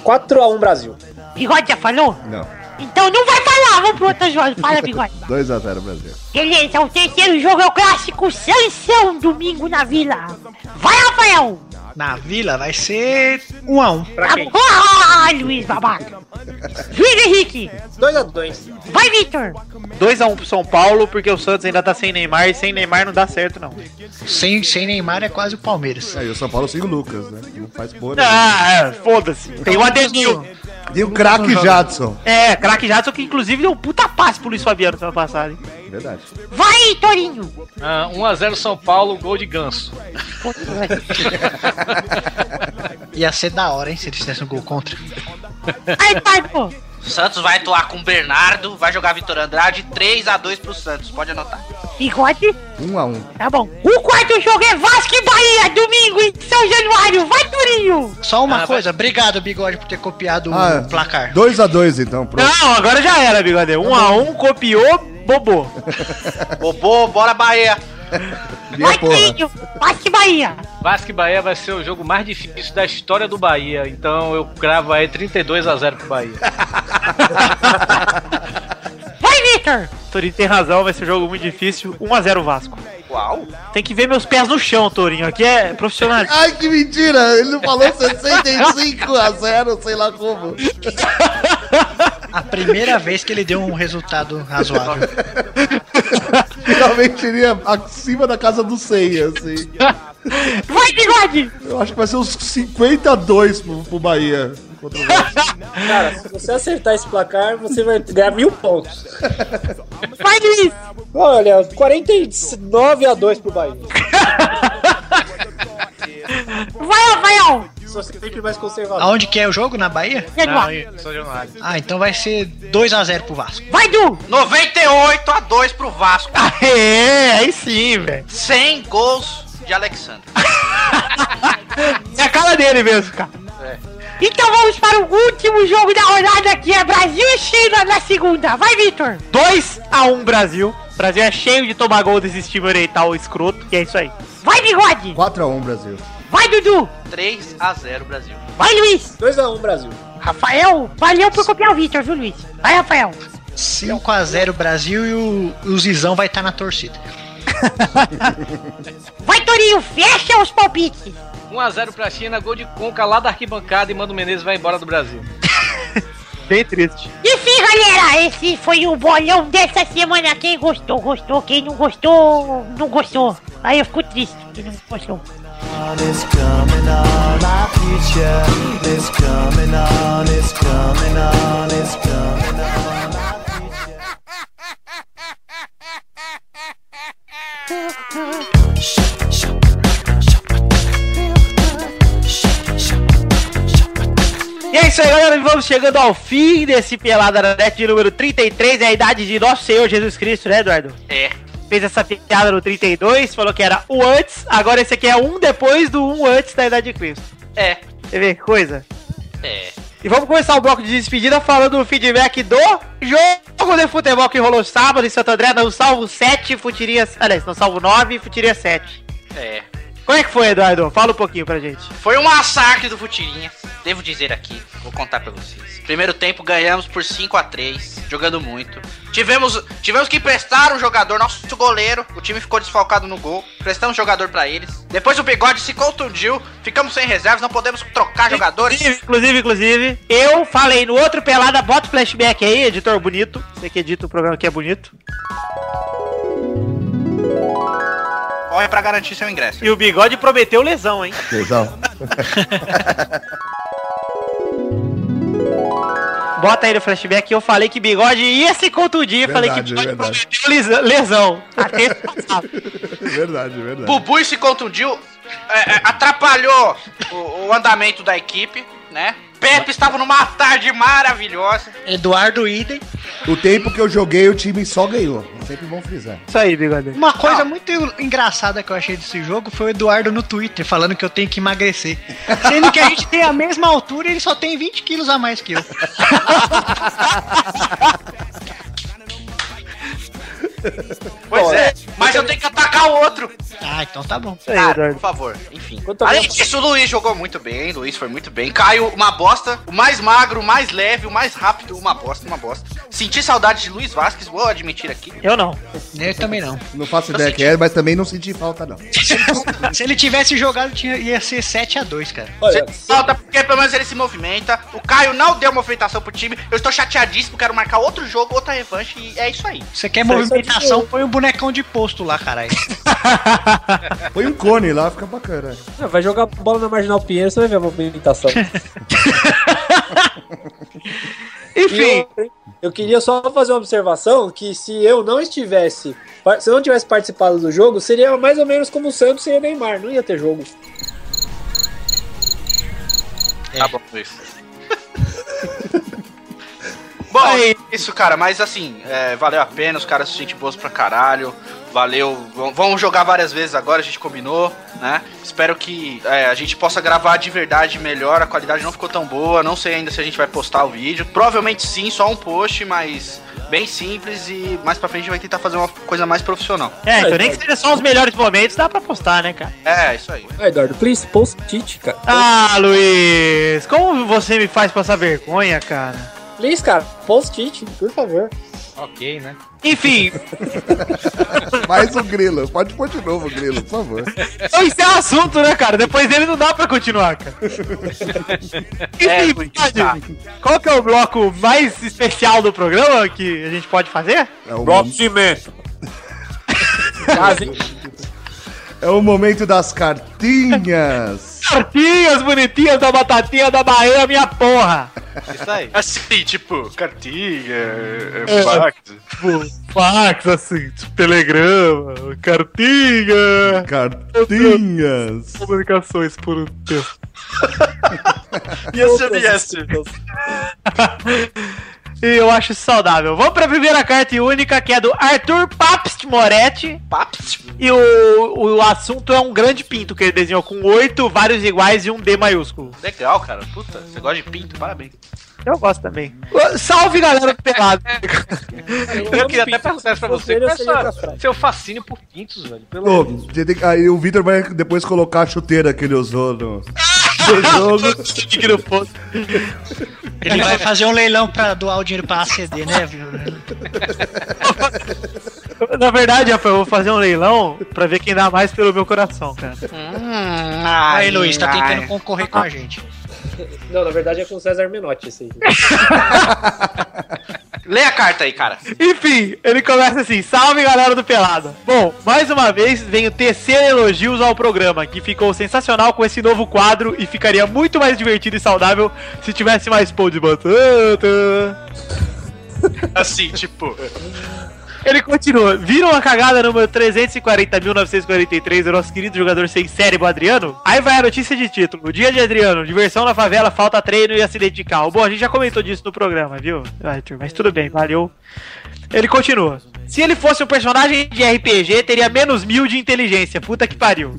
4x1 Brasil.
Bigode já falou?
Não.
Então não vai falar, vamos pro outro jogo. Fala, Bigode.
<laughs> 2x0 Brasil.
Beleza, o terceiro jogo é o clássico Sansão, domingo na Vila. Vai, Rafael!
Na Vila vai ser 1x1.
Tá bom. Ah, Luiz babaca! Luiz Henrique!
2x2.
Vai, Victor!
2x1 pro São Paulo, porque o Santos ainda tá sem Neymar e sem Neymar não dá certo, não.
Sem, sem Neymar é quase o Palmeiras.
Aí o São Paulo sem o Lucas, né? Não faz porra.
Ah, é, foda-se. Tem o Ademil.
E o craque Jadson.
É, craque Jadson, que inclusive deu um puta passe pro Luiz Fabiano semana passada. hein?
Verdade.
Vai, Torinho!
Ah, 1x0 São Paulo, gol de ganso.
<laughs> Ia ser da hora, hein, se eles fizessem um gol contra.
Aí, Pardo!
Santos vai atuar com o Bernardo, vai jogar Vitor Andrade, 3x2 pro Santos, pode anotar.
Bigode!
1x1.
Tá bom. O quarto jogo é Vasco e Bahia, domingo em São Januário. Vai, Torinho!
Só
Ah,
uma coisa, obrigado, Bigode, por ter copiado
Ah,
o Um placar.
2x2 então, pronto.
Não, agora já era, bigode. 1x1, copiou, bobô.
Bobô, bora Bahia!
E é porra.
Torinho! Vasco e Bahia!
Vasco e Bahia vai ser o jogo mais difícil da história do Bahia. Então eu cravo aí 32x0 pro Bahia.
Vai, Victor!
Torinho tem razão, vai ser um jogo muito difícil. 1x0 Vasco.
Uau!
Tem que ver meus pés no chão, Torinho. Aqui é profissional.
Ai, <laughs> que mentira! Ele não falou 65x0, sei lá como.
A primeira vez que ele deu um resultado razoável.
Finalmente iria acima da casa do 100, assim.
Vai, Bigode!
Eu acho que vai ser uns 52 pro, pro Bahia. Contra o Vasco.
Cara, se você acertar esse placar, você vai ganhar mil pontos.
Vai, Luiz!
Olha, 49x2 pro Bahia.
Vai, Rafael!
sou sempre mais conservador.
Aonde que é o jogo? Na Bahia?
Não, eu sou de um Honrado.
Ah, então vai ser 2x0 pro Vasco.
Vai, Du!
98 a 2 pro Vasco.
É, aí sim, velho.
100 gols de Alexandre.
É a cara dele mesmo, cara.
Então vamos para o último jogo da rodada que é Brasil e China na segunda. Vai, Vitor!
2x1 Brasil. Brasil é cheio de tomar gol desses time oriental escroto, que é isso aí.
Vai, Bigode!
4x1 Brasil.
Vai, Dudu!
3 a 0 Brasil.
Vai, Luiz!
2x1 Brasil.
Rafael, valeu por copiar o Vitor, viu, Luiz? Vai, Rafael!
5x0 Brasil e o, o Zizão vai estar na torcida.
Vai, Torinho, fecha os palpites!
1x0 pra China, gol de Conca lá da arquibancada e Mano Menezes vai embora do Brasil.
Bem triste.
Enfim, galera, esse foi o bolão dessa semana. Quem gostou, gostou. Quem não gostou, não gostou. Aí eu fico triste que não gostou.
on, it's coming on, our future. It's coming on, it's coming on, it's coming on. our future.
E é isso aí, galera. E Vamos chegando ao fim desse Pelada na Net de número 33. É a idade de nosso Senhor Jesus Cristo, né, Eduardo?
É.
Fez essa piada no 32, falou que era o antes. Agora esse aqui é um depois do um antes da idade de Cristo.
É.
Você vê que coisa?
É.
E vamos começar o bloco de despedida falando do feedback do jogo de futebol que rolou sábado em Santo André. Não salvo 7, futiria... Aliás, não salvo 9, futiria 7.
É.
Como é que foi, Eduardo? Fala um pouquinho pra gente.
Foi um massacre do Futirinha. Devo dizer aqui, vou contar pra vocês. Primeiro tempo ganhamos por 5 a 3 jogando muito. Tivemos, tivemos que emprestar um jogador, nosso goleiro. O time ficou desfalcado no gol. Prestamos jogador pra eles. Depois o bigode se contundiu. Ficamos sem reservas, não podemos trocar jogadores.
Inclusive, inclusive, eu falei no outro pelada, bota o flashback aí, editor bonito. Você que edita o programa que é bonito.
Olha É pra garantir seu ingresso.
E o bigode prometeu lesão, hein?
Tesão.
Bota aí no flashback, eu falei que bigode ia se contundir, falei que
Verdade,
bigode
verdade.
prometeu lesa- lesão. Até ele passar.
<laughs> verdade, verdade.
Bubu se contundiu, é, é, atrapalhou o, o andamento da equipe, né? Pepe estava numa tarde maravilhosa.
Eduardo Idem.
O tempo que eu joguei, o time só ganhou. Sempre bom frisar.
Isso aí, bigode.
Uma coisa muito engraçada que eu achei desse jogo foi o Eduardo no Twitter falando que eu tenho que emagrecer. Sendo que a gente tem a mesma altura e ele só tem 20 quilos a mais que eu.
Pois é, mas eu tenho que atacar o outro.
Ah, então tá bom.
Ah, por favor, enfim.
Quanto
Além
mais-
disso, o Luiz jogou muito bem, Luiz foi muito bem. Caio, uma bosta. O mais magro, o mais leve, o mais rápido, uma bosta, uma bosta. Senti saudade de Luiz Vasquez, vou admitir aqui.
Eu não.
Eu também não.
Não faço ideia que é, mas também não senti falta, não.
Se ele tivesse jogado, tinha, ia ser 7x2, cara.
Senti Falta porque pelo menos ele se movimenta. O Caio não deu movimentação pro time. Eu estou chateadíssimo, quero marcar outro jogo, outra revanche e é isso aí.
Você quer movimentação, põe um bonecão de posto lá, caralho.
Põe um cone lá, fica bacana.
Ah, vai jogar bola na Marginal Pinheiro, você vai ver
<laughs>
a movimentação. E
Enfim.
Eu, eu queria só fazer uma observação que se eu não estivesse, par- se eu não tivesse participado do jogo, seria mais ou menos como o Santos e o Neymar, não ia ter jogo.
É.
Tá bom, Luiz. <laughs> Bom, é isso, cara, mas assim, é, valeu a pena, os caras são gente boas pra caralho, valeu, vão- vão jogar várias vezes agora, a gente combinou, né? Espero que é, a gente possa gravar de verdade melhor, a qualidade não ficou tão boa, não sei ainda se a gente vai postar o vídeo, provavelmente sim, só um post, mas bem simples e mais pra frente a gente vai tentar fazer uma coisa mais profissional.
É, então nem que seja só os melhores momentos, dá pra postar, né, cara?
É, isso aí.
Ah, Eduardo, please post-it, cara.
Ah, Luiz, como você me faz passar vergonha, cara?
Please, cara, post-it, por favor.
Ok, né?
Enfim,
Mais um grilo. Pode pôr de novo, grilo, por favor.
Então <laughs> isso é assunto, né, cara? Depois dele não dá pra continuar, cara. Enfim, Bigode, qual que é o bloco mais especial do programa que a gente pode fazer?
É o,
Bloco
mom- <laughs>
de cimento.
é o momento das cartinhas.
Cartinhas bonitinhas da batatinha da Bahia, minha porra.
Isso aí.
Assim, tipo, cartinha,
É.
é, fax.
Tipo, fax, assim, tipo, telegrama, cartinha.
Cartinhas.
Comunicações por um texto.
E SMS?
<laughs> E eu acho isso saudável. Vamos pra primeira carta e única, que é do Arthur Papst Moretti. Papst? E o, o assunto é um grande pinto que ele desenhou, com oito vários iguais e um D maiúsculo.
Legal, cara. Puta, você gosta de pinto? Parabéns.
Eu gosto também. Ô, Salve, galera do Pelado.
Eu queria até perguntar isso pra você.
Eu
Qual é sua-
seria pra
seu fascínio por pintos, velho? Pelo
Ô,
amor de Deus.
você tem que- aí o Vitor vai depois colocar a chuteira que ele usou no, no
<laughs> um
jogo.
Ele vai fazer um leilão pra doar o dinheiro pra ACD, né, viu?
<laughs> Na verdade, Rafael, eu vou fazer um leilão pra ver quem dá mais pelo meu coração, cara.
Aí, Hum, Luiz, tá tentando concorrer com a gente.
Não, na verdade é com o César Menotti, esse aí.
Lê a carta aí, cara.
Enfim, ele começa assim: Salve galera do Pelada! Bom, mais uma vez venho tecer elogios ao programa, que ficou sensacional com esse novo quadro e ficaria muito mais divertido e saudável se tivesse mais pão de batata.
Assim, tipo.
Ele continua. Viram a cagada número 340.943 do nosso querido jogador sem cérebro, Adriano? Aí vai a notícia de título. O dia de Adriano. Diversão na favela, falta treino e acidente de carro. Bom, a gente já comentou disso no programa, viu, Arthur? Mas tudo bem, valeu. Ele continua. Se ele fosse um personagem de RPG, teria menos mil de inteligência. Puta que pariu.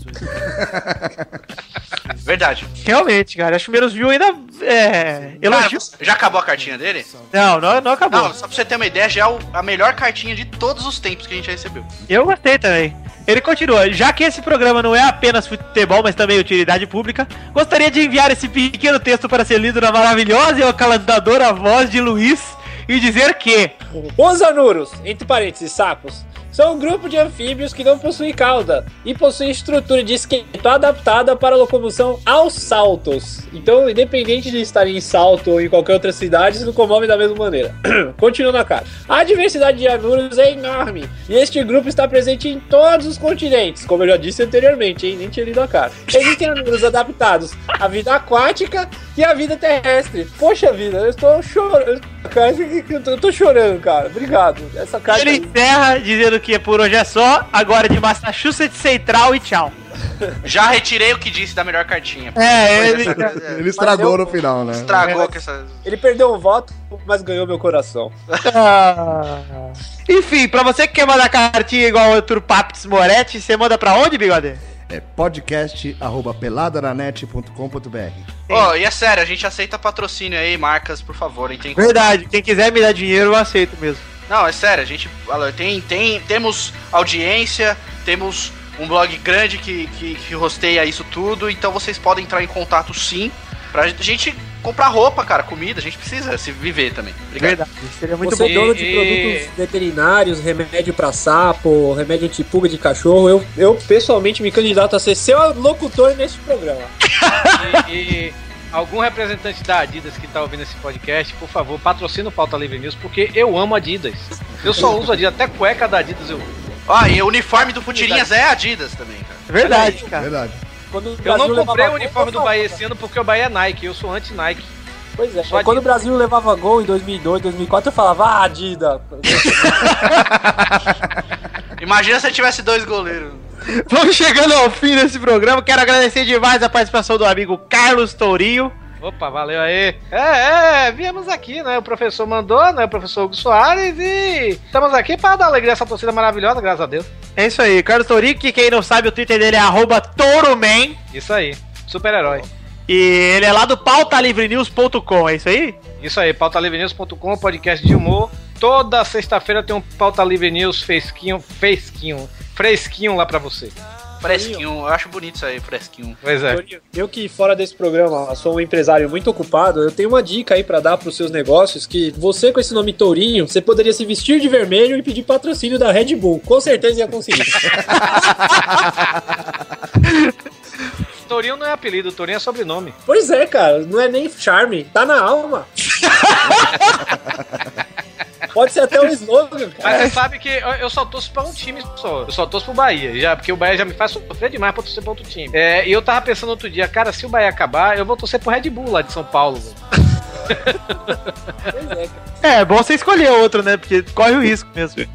Verdade.
Realmente, cara. Acho menos mil ainda é... Elogio.
Cara, já acabou a cartinha dele?
Não, não, não acabou.
Não, só pra você ter uma ideia, já é o- a melhor cartinha de todos os tempos que a gente já
<laughs>
recebeu.
Eu gostei também. Ele continua, já que esse programa não é apenas futebol, mas também utilidade pública, gostaria de enviar esse pequeno texto para ser lido na maravilhosa e acalentadora voz de Luiz e dizer que.
Os anuros, entre parênteses, sapos, são um grupo de anfíbios que não possuem cauda e possuem estrutura de esqueleto adaptada para locomoção aos saltos. Então, independente de estarem em salto ou em qualquer outra cidade, se locomovem da mesma maneira. <clears throat> Continuando a cara. A diversidade de anuros é enorme e este grupo está presente em todos os continentes, como eu já disse anteriormente, hein? Nem tinha lido a cara. Existem anuros adaptados à vida aquática e à vida terrestre. Poxa vida, eu estou chorando. Cara, eu tô- eu tô chorando, cara. Obrigado. Essa é carta.
Ele encerra dizendo que por hoje é só, agora de Massachusetts Central e tchau.
Já retirei o que disse da melhor cartinha.
É,
<laughs>
Depois
ele-
dessa-
Ele estragou
Mas eu-
no final, né?
É.
Estragou com essa.
Ele perdeu um voto, mas ganhou meu coração.
Ah. Enfim, pra você que quer mandar cartinha igual o outro Papis Moretti, você manda pra onde, bigode?
É podcast arroba peladananet.com.br.
Ó, e é sério, a gente aceita patrocínio aí, marcas, por favor, hein? Tem...
Verdade, quem quiser me dar dinheiro, eu aceito mesmo.
Não, é sério, a gente olha, tem, tem, temos audiência, temos um blog grande que, que, que rosteia isso tudo, então vocês podem entrar em contato sim, pra gente comprar roupa, cara, comida, a gente precisa se viver também. Obrigado.
seria
Você é dono de produtos veterinários, remédio pra sapo, remédio antipuga de cachorro. Eu, eu pessoalmente me candidato a ser seu locutor neste programa.
E, e algum representante da Adidas que tá ouvindo esse podcast, por favor, patrocina o Pauta Livre News, porque eu amo Adidas. Eu só uso Adidas, até cueca da Adidas eu uso.
Ah, e o uniforme do Futirinhas é Adidas também, cara.
Verdade, cara.
Verdade.
Quando o
Eu não
Brasil levava
comprei o
gol,
uniforme do
eu
Bahia esse ano porque o Bahia é Nike, eu sou anti-Nike.
Pois é,
Só
quando o
Adidas.
Brasil levava gol em 2002, 2004, eu falava, ah, Adidas.
Imagina se tivesse dois goleiros.
<laughs> Vamos chegando ao fim desse programa. Quero agradecer demais a participação do amigo Carlos Tourinho.
Opa, valeu aí. É, é, viemos aqui, né? O professor mandou, né? O professor Hugo Soares e estamos aqui para dar alegria a essa torcida maravilhosa, graças a Deus.
É isso aí, Carlos Tourinho, que quem não sabe, o Twitter dele é arroba Touroman.
Isso aí, super-herói.
E ele é lá do pautalivrenews.com, é isso aí?
Isso aí, pautalivrenews.com, podcast de humor. Toda sexta-feira tem um Pauta Livre News fresquinho, fresquinho, fresquinho lá pra você.
Fresquinho, eu acho bonito isso aí, fresquinho.
Pois
<laughs>
é.
Eu que fora desse programa sou um empresário muito ocupado, eu tenho uma dica aí pra dar pros seus negócios que você com esse nome Tourinho, você poderia se vestir de vermelho e pedir patrocínio da Red Bull. Com certeza ia conseguir.
Tourinho não é apelido, Tourinho é sobrenome.
pois
<laughs>
é, cara, não é nem charme, tá na alma.
Pode ser até um slogan,
É.
cara.
É.
Mas você sabe que eu, eu só torço pra um time só. Eu só torço pro Bahia, já, porque o Bahia já me faz sofrer demais pra torcer pra outro time. É, e eu tava pensando outro dia, cara, se o Bahia acabar, eu vou torcer pro Red Bull lá de São Paulo. velho.
É, é bom você escolher outro, né? Porque corre o risco mesmo.
né?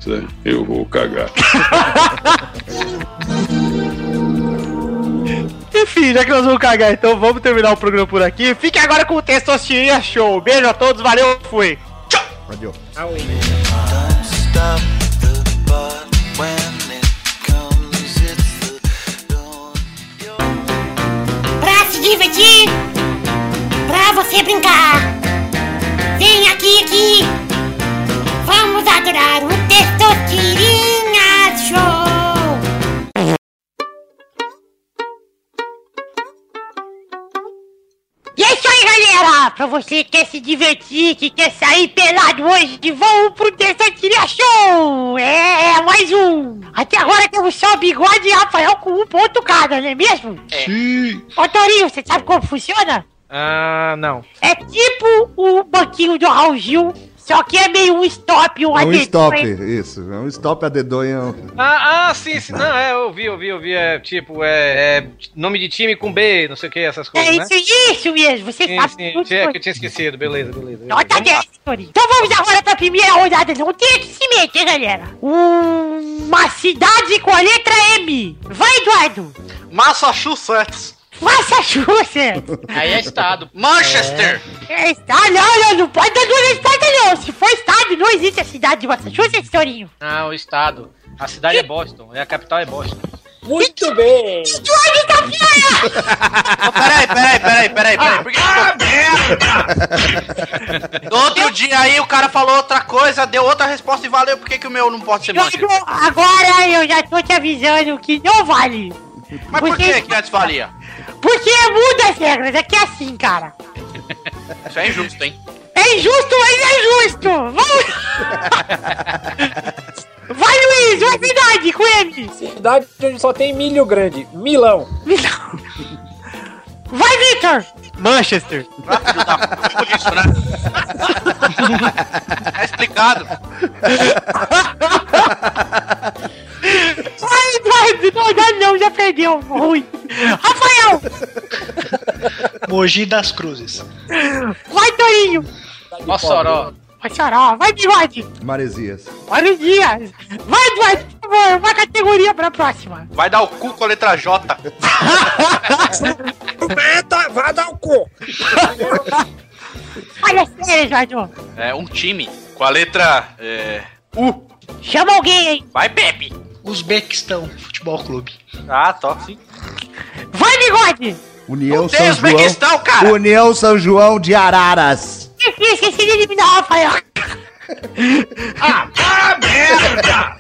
Eu vou cagar.
<laughs> Enfim, já que nós vamos cagar, então vamos terminar o programa por aqui. Fique agora com o Testosterinha Show. Beijo a todos, valeu, fui.
Valeu.
Stop the butt when it comes. It's
Pra se divertir, pra você brincar. Vem aqui, aqui. Vamos adorar o Testosterinha Show. E é isso aí, galera! Pra você que quer se divertir, que quer sair pelado hoje, vamos pro Desantira Show! É, é, mais um! Até agora temos só o bigode e Rafael com um ponto cada, não é mesmo?
Sim.
Ô, Torinho, você sabe como funciona?
Ah, não.
É tipo o banquinho do Raul Gil, só que é meio um stop, um
É um
adedinho,
stop,
hein?
isso. É um stop a dedonha.
Ah, ah, sim, sim. Não, é, eu vi, eu vi, eu vi. É tipo, é, é nome de time com B, não sei o que, essas coisas,
É
né?
isso, isso mesmo, você
Sim,
sabe
sim,
tudo.
tinha, que eu tinha esquecido, beleza, beleza. beleza.
Nota
Vamos lá.
10, Torinho. Então vamos agora pra primeira rodada, não tem que se meter, galera. Uma cidade com a letra M. Vai, Eduardo.
Massachusetts.
Massachusetts.
<laughs> Aí é estado.
Manchester.
É estado, não, não, não pode dar duas estados, não. Se for estado, não existe a cidade de Massachusetts, Torinho.
Ah, o estado. A cidade é Boston, é a capital é Boston.
Muito bem!
Eduardo tá
Peraí, peraí, peraí, peraí, peraí. Por que No outro dia aí o cara falou outra coisa, deu outra resposta e valeu. Por que, que o meu não pode ser Manchester?
Eduardo, agora eu já tô te avisando que não vale.
Mas por que que antes valia?
Porque muda as regras, é que é assim, cara.
Isso é injusto, hein?
É injusto, mas é justo!
<laughs>
Vamos! Vai, Luiz! Vai, cidade com M!
Cidade onde só tem milho grande. Milão.
Milão. Vai, Victor!
Manchester.
Tá
<laughs>
explicado.
Vai, Eduardo! Não, não, não, já perdeu. Ruim. Rafael!
Mogi das Cruzes.
Vai, Torinho!
Mossoró.
Vai, Choró! Vai, Bigode!
Maresias.
Olha os dias! Vai, Eduardo, por favor, uma categoria pra próxima.
Vai dar o cu com a letra J.
Meta, vai dar o cu.
<laughs> Olha sério, Eduardo.
É um time com a letra. É...
Uh. Chama alguém, hein?
Vai, Pepe!
Uzbequistão Futebol Clube.
Ah, top, sim.
Vai, Bigode!
União
Não tem
São
é
Uzbequistão,
João.
cara.
União São João de Araras.
Esqueci, esqueci de eliminar o Rafael.
Ah, merda!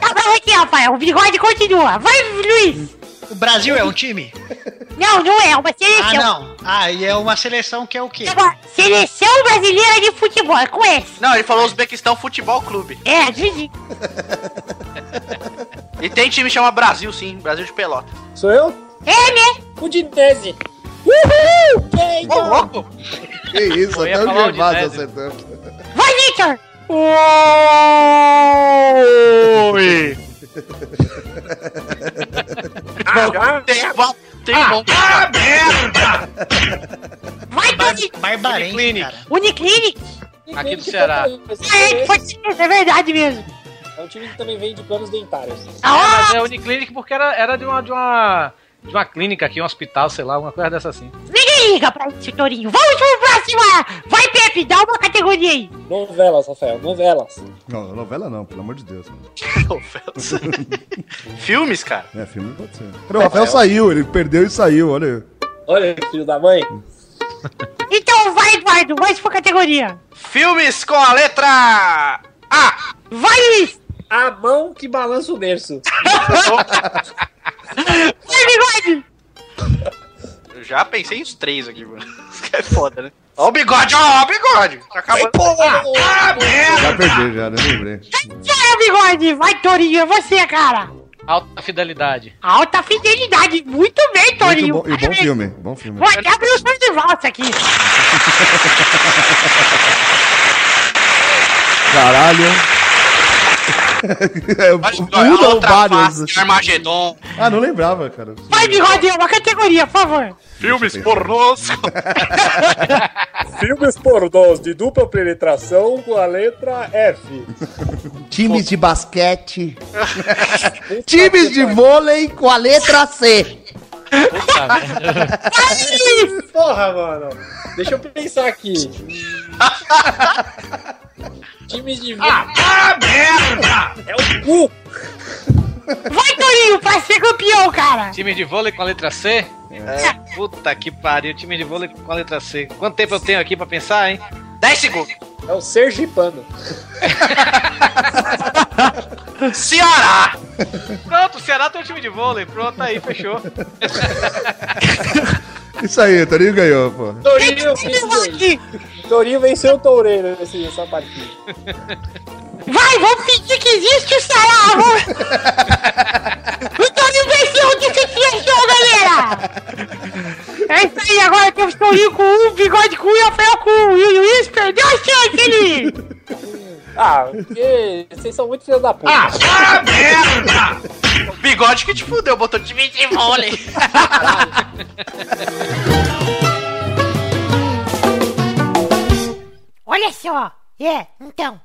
Tá pra aqui, Rafael. O bigode continua. Vai, Luiz.
O Brasil é um time?
Não, não é. É uma
Ah,
seleção.
não. Ah, e é uma seleção que é o quê?
Seleção brasileira de futebol. É com S.
Não, ele falou Uzbequistão Futebol Clube.
É, adivinha.
E tem time que chama Brasil, sim. Brasil de pelota.
Sou eu?
É, né?
O de tese. Uhul!
Ô, louco!
Que isso, até o
né?
Gervásio acertando.
Vai, Victor.
Oi!
Tem bom, tem bom.
Ah,
Vai, Tony.
Barbarense, cara.
Uniclinic.
Aqui do Ceará.
Ah, é, que foi certeza, é verdade mesmo.
É um time que também vende planos dentários.
É,
Ah!
mas é Uniclinic porque era, era de uma de uma de uma clínica aqui, um hospital, sei lá, uma coisa dessa assim.
Ninguém liga pra isso, Torinho. Vamos pro próximo. Vai, Pepe. Dá uma categoria aí.
Novelas, Rafael, novelas.
Não, novela não, pelo amor de Deus.
<laughs> Filmes, cara?
É, filme <laughs> não pode ser. Cara, o Rafael saiu, ele perdeu e saiu, olha aí.
Olha, filho da mãe.
Então vai, Eduardo. Vai pra categoria.
Filmes com a letra A.
Vai, Luiz.
A mão que balança o berço.
Vai, Bigode.
Eu já pensei em uns três aqui, mano. <laughs> Isso que é foda, né? Ó o bigode, ó, ó o bigode. Tá acabando. Ah,
Já perdeu, já, né? Lembrei.
Tira, Bigode. Vai, Torinho. É você, cara.
Alta fidelidade.
Alta fidelidade. Muito bem, Torinho.
Muito bom, e bom filme, bom filme.
Vou até abrir o som de valsa aqui.
Já <laughs> Caralho. <laughs> É, um
a
não,
outra
vários.
face, Armagedon.
Ah, não lembrava, cara.
Vai, Bigodinho, uma categoria, por favor.
Filmes pornôs.
Filmes pornôs de dupla penetração com a letra F.
Times de <laughs> basquete. Times
é
de vôlei com a letra C.
Porra, mano. Deixa eu pensar aqui. Times de. Ah, merda! É o cu!
Vai, Torinho, pra ser campeão, cara.
Time de vôlei com a letra C? É. Puta que pariu, time de vôlei com a letra C. Quanto tempo eu tenho aqui pra pensar, hein?
10 segundos.
É o Sergipano.
Ceará!
Pronto, o Ceará tem um time de vôlei. Pronto, aí, fechou.
Isso aí, Torinho ganhou, pô.
Torinho venceu. Torinho venceu o Toureiro nesse- nessa partida.
Vai, vamos fingir que existe Então o Ceará, vamos. o Torinho venceu o desafio, galera. É isso aí, agora temos Torinho com um, Bigode com um e Rafael com um. E o Luiz perdeu a chance, ele.
Ah, porque vocês são muito filhos da puta.
O Ah, bigode que te fudeu, botou time de vôlei.
Olha só, é, então,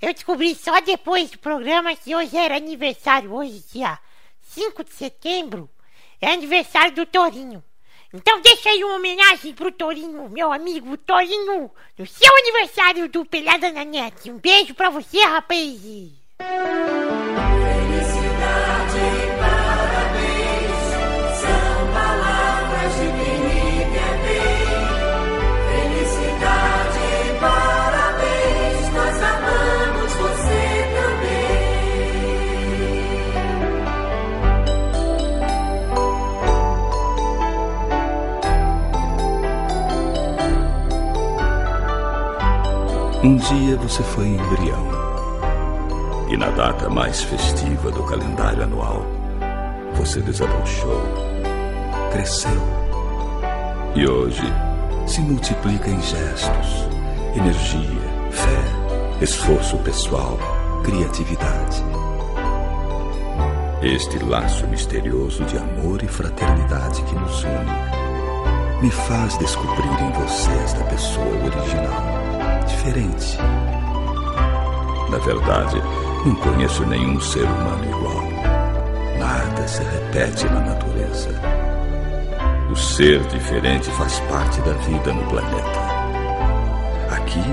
eu descobri só depois do programa que hoje era aniversário, hoje dia 5 de setembro, é aniversário do Torinho. Então deixa aí uma homenagem pro Torinho, meu amigo Torinho, no seu aniversário do Pelada na Net. Um beijo pra você, rapaz.
Felicidade e parabéns são palavras de quem me quer bem. Felicidade e parabéns, nós amamos você também.
Um dia você foi embrião. E na data mais festiva do calendário anual, você desabrochou, cresceu. E hoje se multiplica em gestos, energia, fé, esforço pessoal, criatividade. Este laço misterioso de amor e fraternidade que nos une me faz descobrir em você esta pessoa original, diferente. Na verdade, não conheço nenhum ser humano igual. Nada se repete na natureza. O ser diferente faz parte da vida no planeta. Aqui,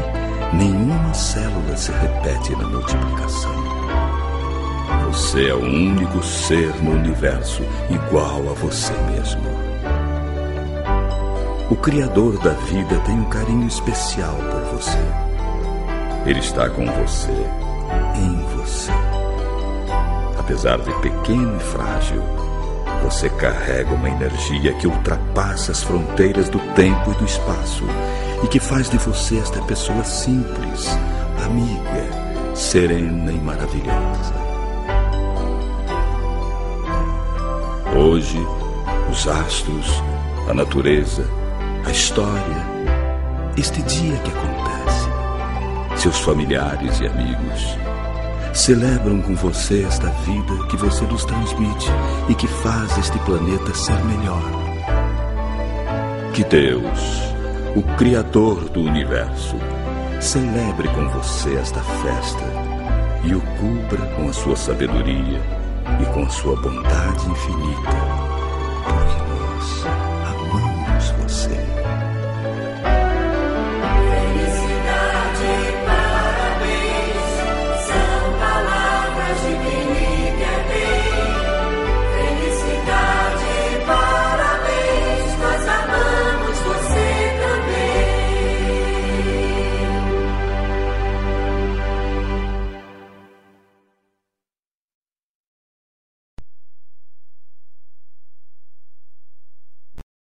nenhuma célula se repete na multiplicação. Você é o único ser no universo igual a você mesmo. O Criador da vida tem um carinho especial por você. Ele está com você, em você. Apesar de pequeno e frágil, você carrega uma energia que ultrapassa as fronteiras do tempo e do espaço e que faz de você esta pessoa simples, amiga, serena e maravilhosa. Hoje, os astros, a natureza, a história, este dia que acontece seus familiares e amigos. Celebram com você esta vida que você nos transmite e que faz este planeta ser melhor. Que Deus, o Criador do Universo, celebre com você esta festa e o cubra com a sua sabedoria e com a sua bondade infinita.